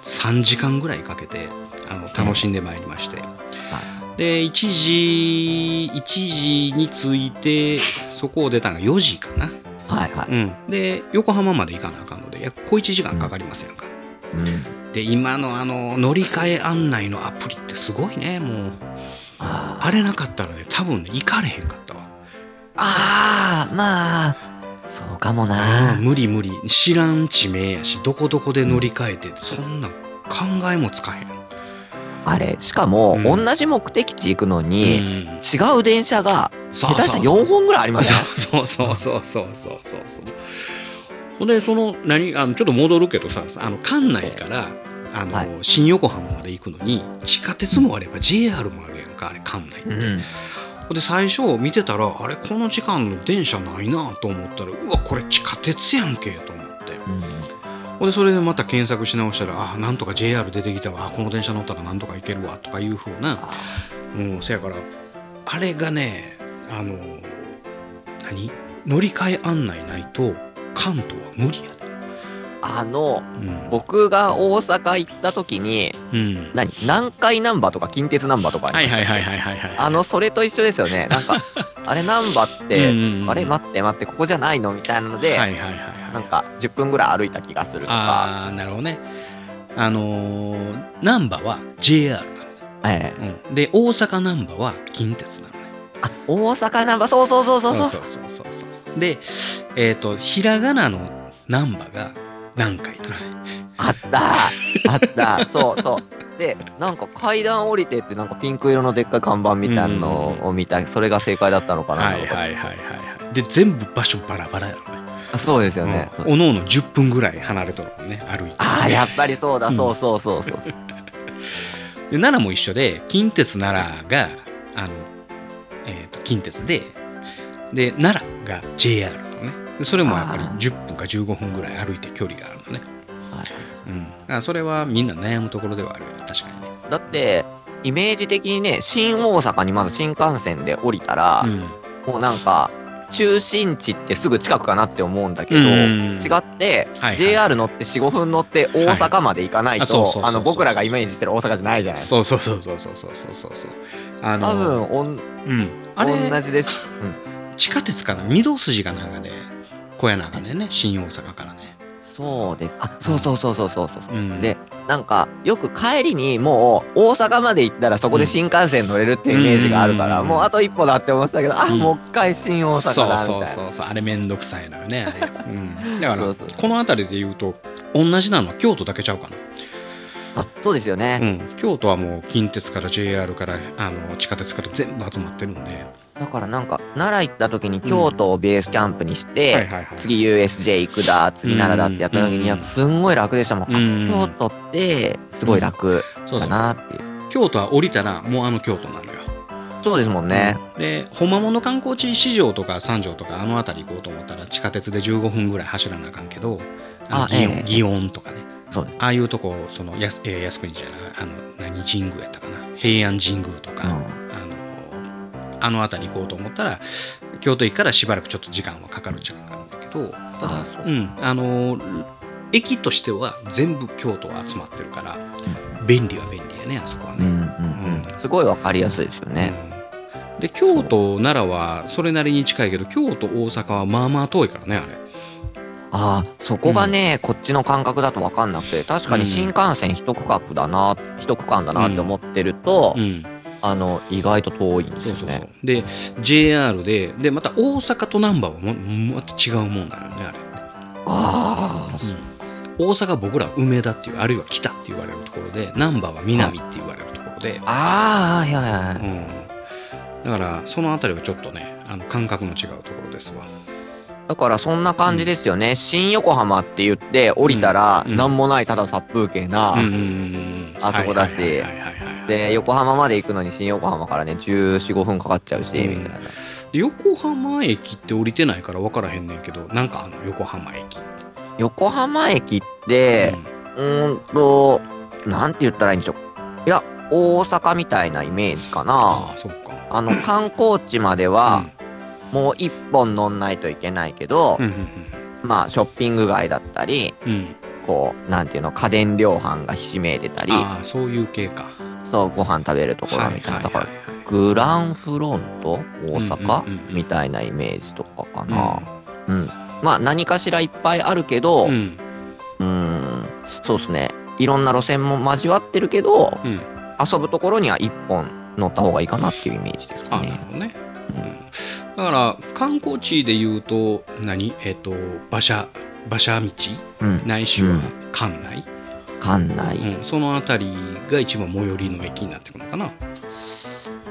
[SPEAKER 1] 3時間ぐらいかけてあの楽しんでまいりまして、で1時1時に着いてそこを出たのが4時かな、
[SPEAKER 2] はいはい。
[SPEAKER 1] で横浜まで行かなあかんので約小1時間かかりませんか、
[SPEAKER 2] うん
[SPEAKER 1] で今のあの乗り換え案内のアプリってすごいねもう
[SPEAKER 2] あー
[SPEAKER 1] あれなかったらね多分ね行かれへんかったわ
[SPEAKER 2] あー、まあ、そうかもな。
[SPEAKER 1] 無理無理知らん地名やしどこどこで乗り換えてってそんなん考えもつかへん、
[SPEAKER 2] あれ、しかも、
[SPEAKER 1] うん
[SPEAKER 2] 同じ目的地行くの
[SPEAKER 1] う
[SPEAKER 2] に、
[SPEAKER 1] ん、
[SPEAKER 2] 違う電車が、
[SPEAKER 1] さ
[SPEAKER 2] 下手したら4本ぐらいありますよ。
[SPEAKER 1] そうそうそうそうそうそうそうほんでその何あのちょっと戻るけどさあの館内からあの、
[SPEAKER 2] はい
[SPEAKER 1] 新横浜まで行くのに地下鉄もあれば JR もあるやんかあれ関内って、
[SPEAKER 2] うん。
[SPEAKER 1] で最初見てたらあれこの時間の電車ないなと思ったらうわこれ地下鉄やんけと思ってほんでそれでまた検索し直したらあなんとか JR 出てきたわあこの電車乗ったらなんとか行けるわとかいうふうなうん、せやからあれがねあの何乗り換え案内ないと関東は無理やで、
[SPEAKER 2] あの、
[SPEAKER 1] うん
[SPEAKER 2] 僕が大阪行った時に、
[SPEAKER 1] うん、
[SPEAKER 2] 何南海ナンバーとか近鉄ナンバーとかありま
[SPEAKER 1] はい
[SPEAKER 2] す
[SPEAKER 1] はいはいはいはいはい
[SPEAKER 2] あの、それと一緒ですよね。な んか、あれナンバーって、
[SPEAKER 1] うんうん
[SPEAKER 2] あれ待って待って、ここじゃないのみたいなので、
[SPEAKER 1] はいはいはいはい
[SPEAKER 2] なんか10分ぐらい歩いた気がするとか、
[SPEAKER 1] ああなるほどねあのー、難波は JR なの
[SPEAKER 2] ええ
[SPEAKER 1] ね、うん、で大阪難波は近鉄なのね
[SPEAKER 2] あ大阪ナンバー、そうそうそうそうそう
[SPEAKER 1] そうそうそうそうそうでえっ、とひらがなの難波が何回なのね
[SPEAKER 2] あった、あった、そうそう。で、なんか階段降りてって、なんかピンク色のでっかい看板みたいなのを見た、それが正解だったのかな、
[SPEAKER 1] はいはいはいはいはいで全部場所バラバラやろね
[SPEAKER 2] あそうですよね。そう
[SPEAKER 1] おのおの10分ぐらい離れとるもんね歩いて
[SPEAKER 2] ああ、やっぱりそうだ、
[SPEAKER 1] うん
[SPEAKER 2] そうそうそうそう。
[SPEAKER 1] で奈良も一緒で近鉄奈良があの、えー、と近鉄でで奈良が JR なのねでそれもやっぱり
[SPEAKER 2] あー
[SPEAKER 1] 10分か15分ぐらい歩いて距離があるのね、
[SPEAKER 2] はい
[SPEAKER 1] うん、だからそれはみんな悩むところではあるよね確かにね、
[SPEAKER 2] だって、イメージ的にね、新大阪にまず新幹線で降りたら、
[SPEAKER 1] うん
[SPEAKER 2] もうなんか、中心地ってすぐ近くかなって思うんだけど、
[SPEAKER 1] うん
[SPEAKER 2] 違って、
[SPEAKER 1] はいはい
[SPEAKER 2] JR 乗って4、5分乗って大阪まで行かな
[SPEAKER 1] は
[SPEAKER 2] い
[SPEAKER 1] いあそうそうそうそ、
[SPEAKER 2] と
[SPEAKER 1] う
[SPEAKER 2] あの僕らがイメージしてる大阪じゃないじゃないですか。
[SPEAKER 1] そうそうそうそうそうそうそうそうあ
[SPEAKER 2] 多
[SPEAKER 1] の
[SPEAKER 2] 分おん
[SPEAKER 1] うん、あ
[SPEAKER 2] 同
[SPEAKER 1] れ
[SPEAKER 2] じです。うん、
[SPEAKER 1] 地下鉄かな御堂筋かなんかで小屋なんかでね新大阪からね
[SPEAKER 2] そうです。あ、そうそうそうそうそうそう。
[SPEAKER 1] うん
[SPEAKER 2] で、なんか、よく帰りにもう、大阪まで行ったらそこで新幹線乗れるっていうイメージがあるか
[SPEAKER 1] うん
[SPEAKER 2] ら、
[SPEAKER 1] うん
[SPEAKER 2] もうあと一歩だって思ってたけど、あ、
[SPEAKER 1] うん
[SPEAKER 2] もう一回新大阪だ、みたいな。
[SPEAKER 1] そうそうそうそうあれめんどくさいのよねあれ、 うん、だから
[SPEAKER 2] そうそう
[SPEAKER 1] この辺りで言うと同じなのは京都だけちゃうかな、
[SPEAKER 2] あそうですよね。
[SPEAKER 1] うん、京都はもう近鉄から JR からあの地下鉄から全部集まってるんで、
[SPEAKER 2] だからなんか、奈良行った時に京都をベースキャンプにして、
[SPEAKER 1] はいは
[SPEAKER 2] 次 USJ 行くだ、次奈良だってやった時
[SPEAKER 1] うん
[SPEAKER 2] に、やっぱすんごい楽でしたもん。あ
[SPEAKER 1] うん
[SPEAKER 2] 京都って、すごい楽
[SPEAKER 1] そうそ
[SPEAKER 2] だ
[SPEAKER 1] う
[SPEAKER 2] なっていう。
[SPEAKER 1] 京都は降りたらもうあの京都なのよ
[SPEAKER 2] そうですもんね。
[SPEAKER 1] でほんまもんの観光地四条とか三条とかあの辺り行こうと思ったら地下鉄で15分ぐらい走らなあかんけどあ
[SPEAKER 2] あ
[SPEAKER 1] の祇園、
[SPEAKER 2] ええ
[SPEAKER 1] 祇園とかね
[SPEAKER 2] そうです
[SPEAKER 1] ああいうとこそのやす、えー靖国じゃないあの何神宮やったかな平安神宮とか、
[SPEAKER 2] うん
[SPEAKER 1] あのあの辺り行こうと思ったら京都駅からしばらくちょっと時間はかかるっちゃかかるんだけどただ
[SPEAKER 2] あそう
[SPEAKER 1] うん、あの駅としては全部京都は集まってるから、便利は便利やねあそこは
[SPEAKER 2] うんうん
[SPEAKER 1] ね。
[SPEAKER 2] うん。すごいわかりやすいですよね。
[SPEAKER 1] うんで京都奈良はそれなりに近いけど京都大阪はまあまあ遠いからねあれ。
[SPEAKER 2] ああ、そこがね、こっちの感覚だと分かんなくて、確かに新幹線一区画だな、一区間だなって思ってると、
[SPEAKER 1] うん
[SPEAKER 2] あの、意外と遠いんで
[SPEAKER 1] そう
[SPEAKER 2] すよね。
[SPEAKER 1] そうそうで JR ででまた大阪と難波はもまた違うもんなのねあれ、
[SPEAKER 2] ああ、
[SPEAKER 1] 大阪僕ら梅田っていうあるいは北って言われるところで難波は南って言われるところで、
[SPEAKER 2] ああ、いやいやいや。
[SPEAKER 1] うん、だからそのあたりはちょっとねあの感覚の違うところですわ
[SPEAKER 2] だからそんな感じですよね、新横浜って言って降りたら、
[SPEAKER 1] うん
[SPEAKER 2] なんもないただ殺風景な、
[SPEAKER 1] うんうんうんうん
[SPEAKER 2] あそこだし
[SPEAKER 1] はいはいはいはいはい
[SPEAKER 2] で横浜まで行くのに新横浜からね1415分かかっちゃうし、
[SPEAKER 1] うん
[SPEAKER 2] みたい
[SPEAKER 1] で
[SPEAKER 2] な
[SPEAKER 1] 横浜駅って降りてないから分からへんねんけどなんかあんの横浜駅
[SPEAKER 2] 横浜駅ってうーんとなんて言ったらいいんでしょういや大阪みたいなイメージか
[SPEAKER 1] あ
[SPEAKER 2] な
[SPEAKER 1] あそっか
[SPEAKER 2] あの観光地まではもう一本乗んないといけないけど、
[SPEAKER 1] うんうん
[SPEAKER 2] まあショッピング街だったり
[SPEAKER 1] うんうん
[SPEAKER 2] こうなんていうの家電量販がひしめいてたり
[SPEAKER 1] ああそういう系か
[SPEAKER 2] そうご飯食べるところみたいな、だから
[SPEAKER 1] はいはいはい
[SPEAKER 2] グランフロント大阪、
[SPEAKER 1] うんうんうんうん
[SPEAKER 2] みたいなイメージとかかな、うんまあ何かしらいっぱいあるけど、う、
[SPEAKER 1] うんん
[SPEAKER 2] んそうですねいろんな路線も交わってるけど、
[SPEAKER 1] うん
[SPEAKER 2] 遊ぶところには一本乗った方がいいかなっていうイメージです
[SPEAKER 1] あ
[SPEAKER 2] か
[SPEAKER 1] なる
[SPEAKER 2] ね
[SPEAKER 1] ほどね、うん、だから観光地で言うと何えっ、と馬車馬車道
[SPEAKER 2] うん
[SPEAKER 1] ないしは
[SPEAKER 2] うん
[SPEAKER 1] 館内、
[SPEAKER 2] 館内、
[SPEAKER 1] うん、その辺りが一番最寄りの駅になってくるのかな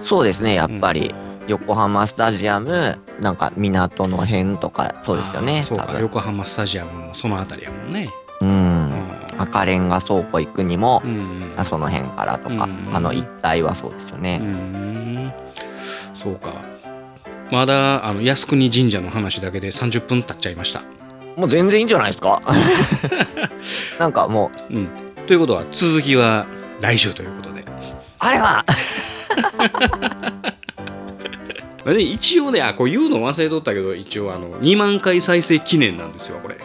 [SPEAKER 2] そうですねやっぱり、横浜スタジアムなんか港の辺とかそうですよ
[SPEAKER 1] あ
[SPEAKER 2] ね
[SPEAKER 1] ーそう
[SPEAKER 2] 多
[SPEAKER 1] か
[SPEAKER 2] 分
[SPEAKER 1] 横浜スタジアムもその辺りやもんね、
[SPEAKER 2] う
[SPEAKER 1] うん
[SPEAKER 2] ん赤レンガ倉庫行くにも
[SPEAKER 1] う、ん
[SPEAKER 2] あその辺からとか、
[SPEAKER 1] うん
[SPEAKER 2] あの一帯はそうですよ
[SPEAKER 1] う
[SPEAKER 2] ね。
[SPEAKER 1] んそうかまだあの靖国神社の話だけで30分経っちゃいました
[SPEAKER 2] もう全然いいんじゃないで すかなんかもう、
[SPEAKER 1] うんということは続きは来週ということで
[SPEAKER 2] あれは
[SPEAKER 1] で一応ねあこれ言うの忘れとったけど一応あの2万回再生記念なんですよこ れ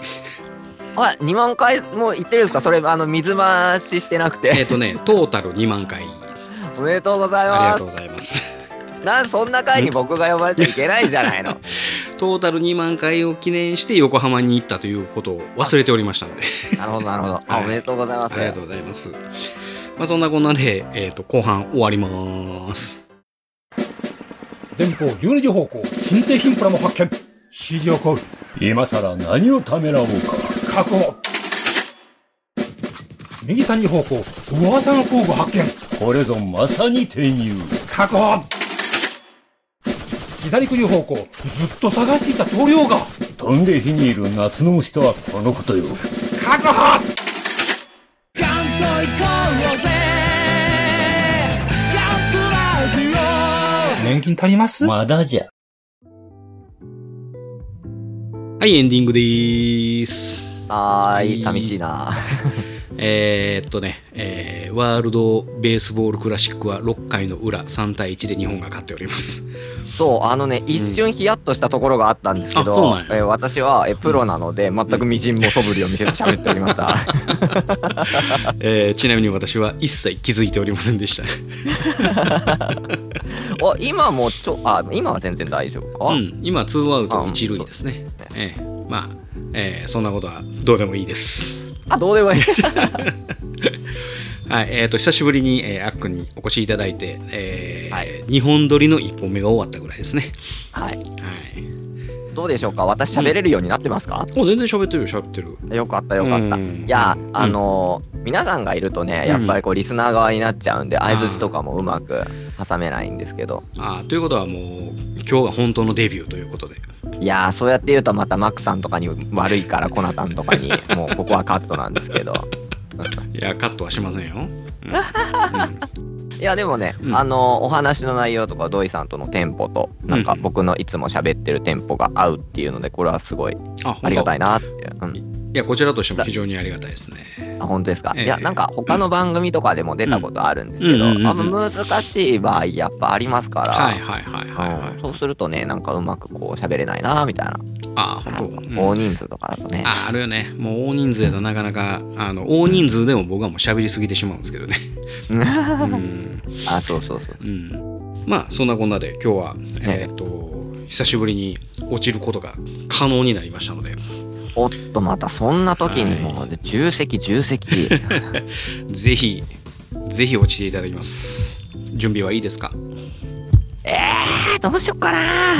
[SPEAKER 2] あ、2万回もう行ってるんですかそれ、あの、水回ししてなく
[SPEAKER 1] え
[SPEAKER 2] て。
[SPEAKER 1] っとねトータル2万回
[SPEAKER 2] おめでとうござい
[SPEAKER 1] ありが
[SPEAKER 2] ま
[SPEAKER 1] とうございます
[SPEAKER 2] す。なん、そんな回に僕が呼ばれちゃいけないじゃないの。
[SPEAKER 1] トータル2万回を記念して横浜に行ったということを忘れておりま したので
[SPEAKER 2] なるほど、なるほど。あ、
[SPEAKER 1] はい
[SPEAKER 2] おめでとうございま
[SPEAKER 1] ありがと
[SPEAKER 2] す。
[SPEAKER 1] うございます、まあ、そんなこんなで、えー、と後半終わります
[SPEAKER 8] 前方12時方向、新製品プラも発見。指示を行う。
[SPEAKER 4] 今さら何をためらおうか
[SPEAKER 8] 確保。右3時方向、噂の工具発見。
[SPEAKER 4] これぞまさに転入
[SPEAKER 8] 確保。左9時方向、ずっと探していた棟梁が。
[SPEAKER 4] 飛んで火にいる夏の虫とはこのことよ
[SPEAKER 8] 確保年金足ります
[SPEAKER 4] まだじゃ
[SPEAKER 1] はいエンディングでーす
[SPEAKER 2] はーい、寂しいな。
[SPEAKER 1] えーっとね、えーワールド・ベースボール・クラシックは6回の裏3対1で日本が勝っており ます。
[SPEAKER 2] そう、あのね、一瞬ヒヤッとしたところがあったんですけ
[SPEAKER 1] あそう
[SPEAKER 2] ど、
[SPEAKER 1] なんや
[SPEAKER 2] えー私はえープロなので、全くみじんもそぶりを見せて喋っておりま した。
[SPEAKER 1] えーちなみに私は一切気づいておりませんでした。
[SPEAKER 2] あ、今もちょ、あ、今は全然大丈夫か、
[SPEAKER 1] うん、今、ツーアウト1塁ですね。ええまあ、えーそんなことはどうでもいいです。
[SPEAKER 2] あ、どうでもいい。
[SPEAKER 1] はい、えーっと、久しぶりに、えー、あっくんにお越しいただいて、えー
[SPEAKER 2] はい
[SPEAKER 1] 日本撮りの1本目が終わったぐらいですね。
[SPEAKER 2] はい。
[SPEAKER 1] はい。
[SPEAKER 2] どうでしょうか私喋れるようになってますか、
[SPEAKER 1] お、全然喋ってるよ、喋ってる。
[SPEAKER 2] よかったよかった。
[SPEAKER 1] うん
[SPEAKER 2] いや
[SPEAKER 1] う、ん
[SPEAKER 2] あのー皆さんがいるとね、やっぱりこう、リスナー側になっちゃうんで、相づちとかもうまく挟めないんですけど。
[SPEAKER 1] あーということはもう、今日が本当のデビューということで。
[SPEAKER 2] いやー、そうやって言うとまたマックさんとかに悪いから、コナタンとかに、もうここはカットなんですけど。
[SPEAKER 1] いや、カットはしませんよ。うん
[SPEAKER 2] いや、でもね、
[SPEAKER 1] うん
[SPEAKER 2] あのーお話の内容とか、土井さんとのテンポと、なんか
[SPEAKER 1] うん
[SPEAKER 2] 僕のいつも喋ってるテンポが合うっていうので、これはすごい
[SPEAKER 1] あ
[SPEAKER 2] ありがた
[SPEAKER 1] い。
[SPEAKER 2] いなっていう。うん
[SPEAKER 1] いや、こちらとしても非常にありがたいですね。
[SPEAKER 2] あ本当ですか、
[SPEAKER 1] ええ
[SPEAKER 2] いやなんか他の番組とかでも出たことあるんです
[SPEAKER 1] う
[SPEAKER 2] けど、
[SPEAKER 1] んうんうんうん
[SPEAKER 2] あんま難しい場合やっぱありますから、
[SPEAKER 1] はいはいはいはいは
[SPEAKER 2] うん
[SPEAKER 1] い。
[SPEAKER 2] そうするとねなんかうまくこう喋れないなみたいな、
[SPEAKER 1] ああ、本当。うん
[SPEAKER 2] 大人数とかだとね
[SPEAKER 1] ああるよね。もう大人数やとなかなか、あの、大人数でも僕はもう喋りすぎてしまうんですけど ね。うん。
[SPEAKER 2] あそうそうそう
[SPEAKER 1] うん。まあ、そんなこんなで今日は、えっ、と、久しぶりに落ちることが可能になりましたので、
[SPEAKER 2] おっとまたそんな時にもう重責重 責
[SPEAKER 1] ぜひ、ぜひ落ちていただきます。準備はいいですか
[SPEAKER 2] えーどうしよっかな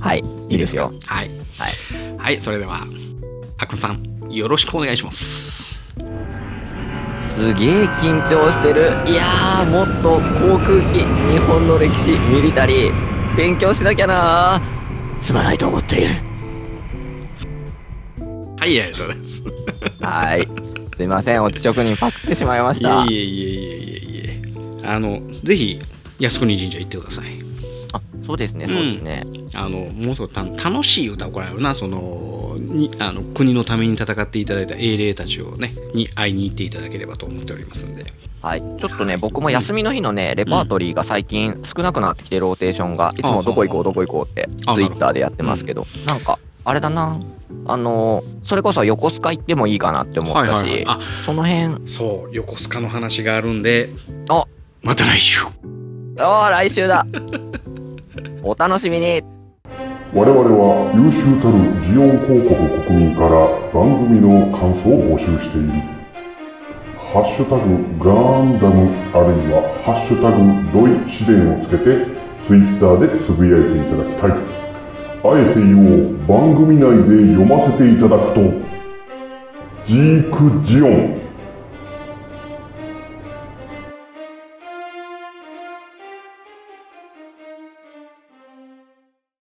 [SPEAKER 2] はいいいですよ
[SPEAKER 1] かはい。
[SPEAKER 2] はい
[SPEAKER 1] はい。それでは、あっくんさん、よろしくお願いします。
[SPEAKER 2] すげえ緊張してるいやーもっと航空機日本の歴史ミリタリー勉強しなきゃなーすまないと思っている
[SPEAKER 1] はい、ありがとうございます。
[SPEAKER 2] はい。すいません、おち職人パクってしまいま
[SPEAKER 1] い
[SPEAKER 2] した。
[SPEAKER 1] えいえいえいえいえいえあのぜひ靖国神社行ってください
[SPEAKER 2] あ、そうですね、
[SPEAKER 1] うん
[SPEAKER 2] そうですね。
[SPEAKER 1] あのもうすごくた楽しい歌をこれあるなそのにあの国のために戦っていただいた英霊たちをねに会いに行っていただければと思っておりますんで
[SPEAKER 2] はい。ちょっとね、僕も休みの日のね、レパートリーが最近少なくなってきて、ローテーションが、いつもどこ行こ
[SPEAKER 1] あ
[SPEAKER 2] う、どこ行こうって、
[SPEAKER 1] あ
[SPEAKER 2] ツイッターでやってますけど、なんか、あれだな。あのーそれこそ横須賀行ってもいいかなって思っ
[SPEAKER 1] はい
[SPEAKER 2] た
[SPEAKER 1] はいはい
[SPEAKER 2] し、
[SPEAKER 1] あ
[SPEAKER 2] その辺、
[SPEAKER 1] そう横須賀の話があるんで
[SPEAKER 2] あ
[SPEAKER 1] また来週
[SPEAKER 2] ああ、来週だお楽しみに
[SPEAKER 4] 我々は優秀たるジオン広告国民から番組の感想を募集している「ハッシュタグガンダム」あるいは「ハッシュタグドイ試練」をつけてツイッターでつぶやいていただきたいあえて言おう番組内で読ませていただくとジークジオン